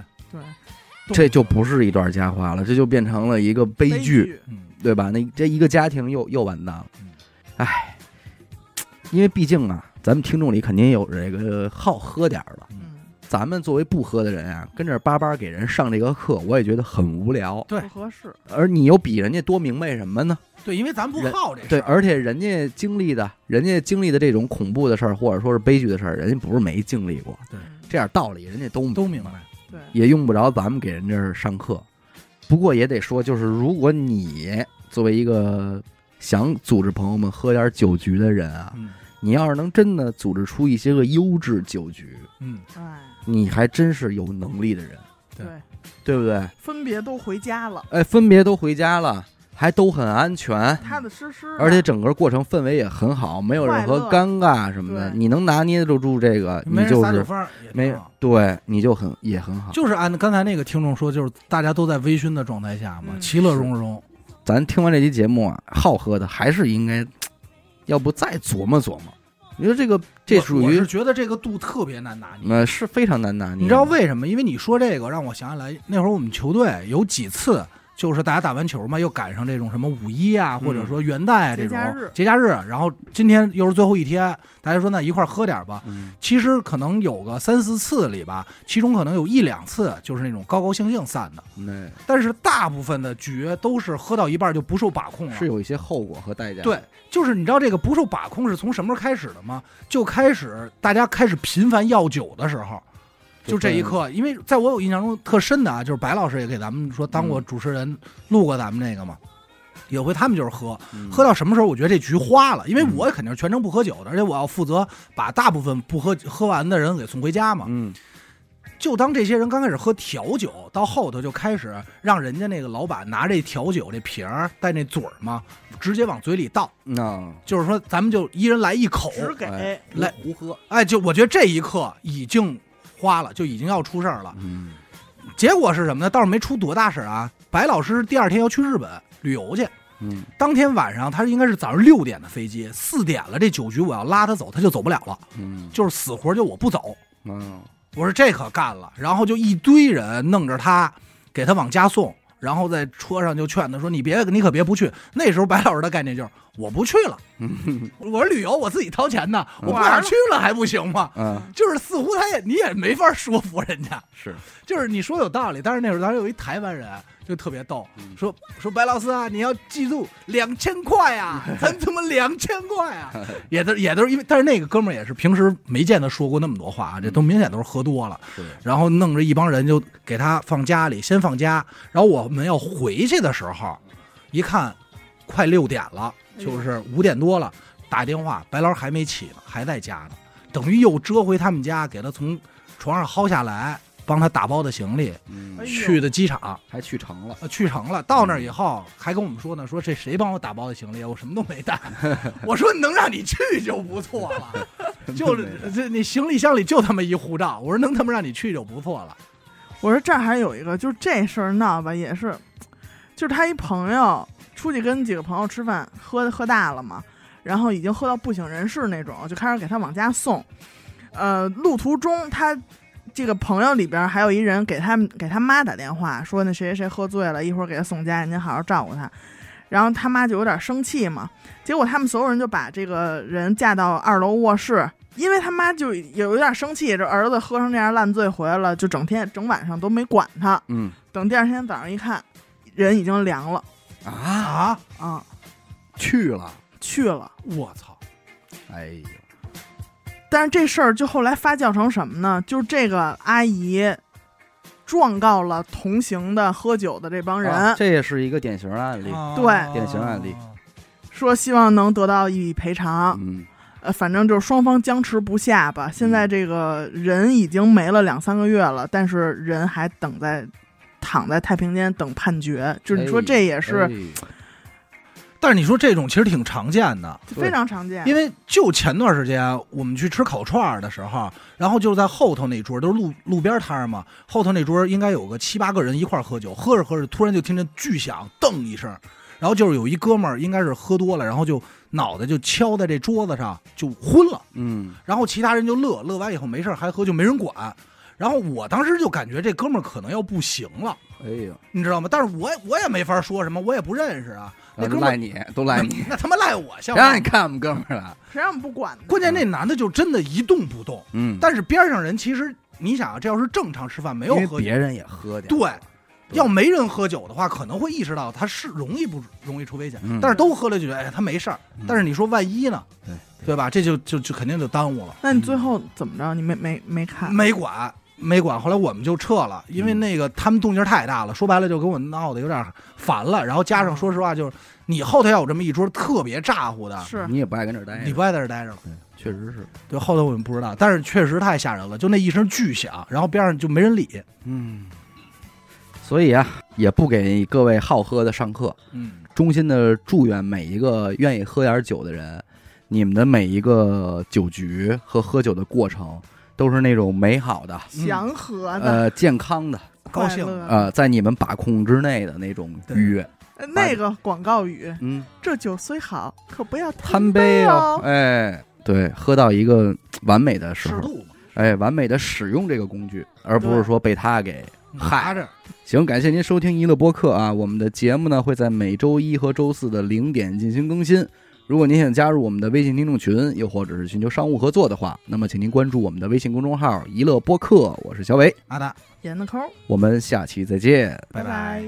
Speaker 1: 这就不是一段佳话了，这就变成了一个悲剧，
Speaker 2: 剧，
Speaker 3: 嗯，
Speaker 1: 对吧？那这一个家庭又又完蛋了
Speaker 3: 嗯，
Speaker 1: 唉，因为毕竟啊，咱们听众里肯定有这个好喝点儿的。
Speaker 2: 嗯，
Speaker 1: 咱们作为不喝的人啊，跟这儿巴巴给人上这个课，我也觉得很无聊。
Speaker 3: 对
Speaker 2: 不合适，
Speaker 1: 而你又比人家多明白什么呢？
Speaker 3: 对，因为咱不好这事
Speaker 1: 对，
Speaker 3: 儿，
Speaker 1: 而且人家经历的，人家经历的这种恐怖的事儿，或者说是悲剧的事儿，人家不是没经历过。
Speaker 3: 对
Speaker 2: 嗯
Speaker 1: 这点道理人家都
Speaker 3: 都明白。
Speaker 2: 对，
Speaker 1: 也用不着咱们给人这儿上课。不过也得说，就是如果你作为一个想组织朋友们喝点酒局的人啊，
Speaker 3: 嗯
Speaker 1: 你要是能真的组织出一些个优质酒局，
Speaker 3: 嗯，
Speaker 2: 哎，
Speaker 1: 你还真是有能力的人，
Speaker 3: 对
Speaker 2: 对，
Speaker 1: 对不对？
Speaker 2: 分别都回家了，
Speaker 1: 哎，分别都回家了，还都很安全，
Speaker 2: 踏踏实实的，
Speaker 1: 而且整个过程氛围也很好，没有任何
Speaker 2: 嗯快乐
Speaker 1: 尴尬什么的。
Speaker 2: 对
Speaker 1: 你能拿捏得住这个，
Speaker 3: 嗯没
Speaker 1: 你
Speaker 3: 人
Speaker 1: 就
Speaker 3: 撒酒
Speaker 1: 是
Speaker 3: 疯儿也挺
Speaker 1: 没
Speaker 3: 好
Speaker 1: 对，你就很也很好。
Speaker 3: 啊就是按刚才那个听众说，就是大家都在微醺的状态下嘛，
Speaker 2: 嗯
Speaker 3: 其乐融融。
Speaker 1: 咱听完这期节目啊，好喝的还是应该，要不再琢磨琢磨。你说这个这
Speaker 3: 我
Speaker 1: 属
Speaker 3: 我
Speaker 1: 于
Speaker 3: 是觉得这个度特别难拿捏。
Speaker 1: 呃是非常难拿捏的，
Speaker 3: 你知道为什么？因为你说这个，让我想起来那会儿我们球队有几次，就是大家打完球嘛，又赶上这种什么五一啊，
Speaker 1: 嗯
Speaker 3: 或者说元旦啊这
Speaker 2: 节
Speaker 3: 种
Speaker 2: 假日
Speaker 3: 节假日，然后今天又是最后一天，大家说那一块儿喝点儿吧。
Speaker 1: 嗯
Speaker 3: 其实可能有个三四次里吧，其中可能有一两次就是那种高高兴兴散的，
Speaker 1: 那
Speaker 3: 但是啊大部分的局都是喝到一半就不受把控了，
Speaker 1: 是有一些后果和代价。
Speaker 3: 对，就是你知道这个不受把控是从什么时候开始的吗？就开始大家开始频繁要酒的时候，就这
Speaker 1: 嗯
Speaker 3: 一刻。因为在我有印象中特深的啊，就是白老师也给咱们说，当
Speaker 1: 嗯
Speaker 3: 过主持人录过咱们那个嘛。有回他们就是喝，
Speaker 1: 嗯，
Speaker 3: 喝到什么时候？我觉得这局花了，因为
Speaker 1: 嗯
Speaker 3: 我肯定是全程不喝酒的，而且我要负责把大部分不喝喝完的人给送回家嘛。
Speaker 1: 嗯
Speaker 3: 就当这些人刚开始喝调酒，到后头就开始让人家那个老板拿这调酒这瓶儿带那嘴儿嘛，直接往嘴里倒。
Speaker 1: 那
Speaker 3: 就是说咱们就一人来一口，
Speaker 2: 只给
Speaker 1: 哎
Speaker 3: 来
Speaker 1: 胡喝，
Speaker 3: 哎，就我觉得这一刻已经花了，就已经要出事儿了。
Speaker 1: 嗯
Speaker 3: 结果是什么呢？倒是没出多大事儿啊。白老师第二天要去日本旅游去，
Speaker 1: 嗯
Speaker 3: 当天晚上他应该是早上六点的飞机，四点了这酒局我要拉他走，他就走不了了，
Speaker 1: 嗯
Speaker 3: 就是死活就我不走。
Speaker 1: 嗯，
Speaker 3: 我说这可干了，然后就一堆人弄着他，给他往家送，然后在车上就劝他说：“你别，你可别不去。”那时候白老师的概念就是我不去了，我说旅游我自己掏钱呢，
Speaker 1: 嗯
Speaker 3: 我不想去了还不行吗？
Speaker 1: 嗯，
Speaker 3: 就是似乎他也你也没法说服人家，
Speaker 1: 是，
Speaker 3: 就是你说有道理，但是那会儿当时有一台湾人就特别逗，
Speaker 1: 嗯
Speaker 3: 说说白老师啊，你要记住两千块啊，咱他妈两千块啊，也都也都是因为，但是那个哥们儿也是平时没见他说过那么多话啊，这都明显都是喝多了，
Speaker 1: 是
Speaker 3: 然后弄着一帮人就给他放家里，先放家，然后我们要回去的时候，一看快六点了，
Speaker 2: 哎
Speaker 3: 就是五点多了，打电话，白老师还没起呢，还在家呢，等于又折回他们家，给他从床上薅下来，帮他打包的行李，
Speaker 1: 嗯
Speaker 2: 哎呦
Speaker 3: 去的机场。
Speaker 1: 还去成了，
Speaker 3: 呃，去成了。到
Speaker 1: 嗯
Speaker 3: 那儿以后，还跟我们说呢，说这谁帮我打包的行李？我什么都没带。 我说能让你去就不 错了，就
Speaker 1: 真没
Speaker 3: 是这你行李箱里就他妈一护照。我说能他妈让你去就不错了。
Speaker 2: 我说这儿还有一个，就是这事儿闹吧，也是，就是他一朋友出去跟几个朋友吃饭，喝喝大了嘛，然后已经喝到不省人事那种，就开始给他往家送。呃，路途中他这个朋友里边还有一人给他给他妈打电话，说那谁谁谁喝醉了，一会儿给他送家，您好好照顾他。然后他妈就有点生气嘛，结果他们所有人就把这个人架到二楼卧室，因为他妈就有点生气，这儿子喝成这样烂醉回来了，就整天整晚上都没管他。
Speaker 1: 嗯
Speaker 2: 等第二天早上一看，人已经凉了
Speaker 1: 啊，
Speaker 3: 啊！
Speaker 2: 啊，
Speaker 1: 去了，
Speaker 2: 去了。
Speaker 3: 我操！
Speaker 1: 哎呦，
Speaker 2: 但是这事儿就后来发酵成什么呢？就是这个阿姨状告了同行的喝酒的这帮人，
Speaker 1: 啊这也是一个典型案
Speaker 3: 啊
Speaker 1: 例，
Speaker 2: 对
Speaker 1: 典型案例。
Speaker 2: 说希望能得到一笔赔偿。
Speaker 1: 嗯，
Speaker 2: 呃，反正就是双方僵持不下吧。现在这个人已经没了两三个月了，但是人还等在躺在太平间等判决。就是你说
Speaker 1: 哎
Speaker 2: 这也是
Speaker 1: 哎
Speaker 3: 但是你说这种其实挺常见的，
Speaker 2: 非常常见，
Speaker 3: 因
Speaker 2: 为
Speaker 3: 为就前段时间我们去吃烤串儿的时候，然后就是在后头那桌都是路路边摊儿嘛，后头那桌应该有个七八个人一块儿喝酒，喝着喝着突然就听见巨响，噔一声，然后就是有一哥们儿应该是喝多了，然后就脑袋就敲在这桌子上就昏了，
Speaker 1: 嗯，
Speaker 3: 然后其他人就乐，乐完以后没事儿还喝就没人管，然后我当时就感觉这哥们儿可能要不行了，
Speaker 1: 哎呦，
Speaker 3: 你知道吗？但是我也我也没法说什么，我也不认识啊，那
Speaker 1: 然后
Speaker 3: 哥
Speaker 1: 就
Speaker 3: 们
Speaker 1: 赖
Speaker 3: 儿
Speaker 1: 你，都赖 你，
Speaker 3: 那他妈赖我像
Speaker 1: 谁
Speaker 3: 话
Speaker 1: 让你
Speaker 3: 吗？
Speaker 1: 看我们哥们儿啊了？
Speaker 2: 谁让我们不管呢？
Speaker 3: 关键那男的就真的一动不动。
Speaker 1: 嗯，
Speaker 3: 但是边上人其实你想啊，这要是正常吃饭没有
Speaker 1: 因
Speaker 3: 喝
Speaker 1: 为
Speaker 3: 酒，
Speaker 1: 别人也喝点，
Speaker 3: 对，要没人喝酒的话，可能会意识到他是容易不容易出危险。
Speaker 1: 嗯
Speaker 3: 但是都喝了就觉得哎他没事儿，
Speaker 1: 嗯
Speaker 3: 但是你说万一呢？
Speaker 1: 对
Speaker 3: 对吧？这就就就肯定就耽误了，
Speaker 2: 那你最后怎么着？你没没没看？
Speaker 3: 没管。没管，后来我们就撤了，因为
Speaker 1: 嗯
Speaker 3: 那个他们动静太大了，说白了就给我闹得有点烦了。然后加
Speaker 1: 嗯
Speaker 3: 上说实话，就是你后头要有这么一桌特别咋呼的，
Speaker 2: 是
Speaker 1: 你也不爱跟这儿待
Speaker 3: 你
Speaker 1: 着，
Speaker 3: 不爱在这儿待着了。
Speaker 1: 确实是，
Speaker 3: 对，后头我们不知道，但是确实太吓人了，就那一声巨响，然后边上就没人理。
Speaker 1: 嗯，所以啊，也不给各位好喝的上课，
Speaker 3: 嗯，
Speaker 1: 衷心的祝愿每一个愿意喝点酒的人，你们的每一个酒局和喝酒的过程都是那种美好的、
Speaker 2: 祥和的、
Speaker 1: 呃健康的、
Speaker 3: 高兴
Speaker 2: 快乐的
Speaker 1: 呃在你们把控之内的那种愉悦。
Speaker 2: 呃那个广告语，
Speaker 1: 嗯，
Speaker 2: 这酒虽好，可不要
Speaker 1: 贪
Speaker 2: 杯
Speaker 1: 杯哦，哎，对，喝到一个完美的时
Speaker 3: 适
Speaker 1: 候，
Speaker 3: 度嘛，
Speaker 1: 哎，完美的使用这个工具，而不是
Speaker 2: 对
Speaker 1: 说被它给
Speaker 3: 拿着。
Speaker 1: 行，感谢您收听娱乐播客啊！我们的节目呢会在每周一和周四的零点进行更新。如果您想加入我们的微信听众群，又或者是寻求商务合作的话，那么请您关注我们的微信公众号“娱乐播客”，我是小伟，
Speaker 3: 阿达，
Speaker 2: 演的抠，
Speaker 1: 我们下期再见。
Speaker 3: 拜
Speaker 2: 拜